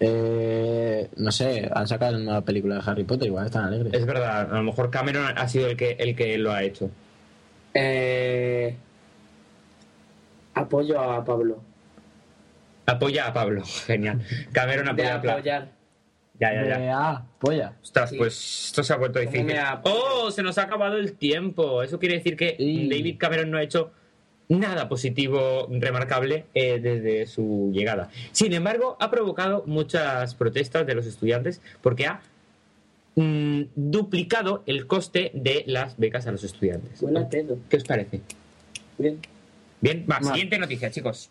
Speaker 8: eh, no sé, han sacado una película de Harry Potter, igual están alegres.
Speaker 6: Es verdad, a lo mejor Cameron ha sido el que, el que lo ha hecho.
Speaker 7: Eh, apoyo a Pablo.
Speaker 6: Apoya a Pablo, <laughs> genial. Cameron
Speaker 7: De
Speaker 6: apoya a Pablo.
Speaker 7: apoyar.
Speaker 6: Ya, ya, ya.
Speaker 8: Eh, ah, polla.
Speaker 6: Ostras,
Speaker 7: Sí.
Speaker 6: pues esto se ha vuelto
Speaker 7: ¿Cómo
Speaker 6: difícil.
Speaker 7: me apoya?
Speaker 6: ¡Oh! Se nos ha acabado el tiempo. Eso quiere decir que
Speaker 8: Sí.
Speaker 6: David Cameron no ha hecho nada positivo remarcable eh, desde su llegada. Sin embargo, ha provocado muchas protestas de los estudiantes porque ha mm, duplicado el coste de las becas a los estudiantes.
Speaker 7: Buena pedo.
Speaker 6: ¿Qué os parece?
Speaker 7: Bien.
Speaker 6: Bien, va,
Speaker 8: Mal.
Speaker 6: siguiente noticia, chicos.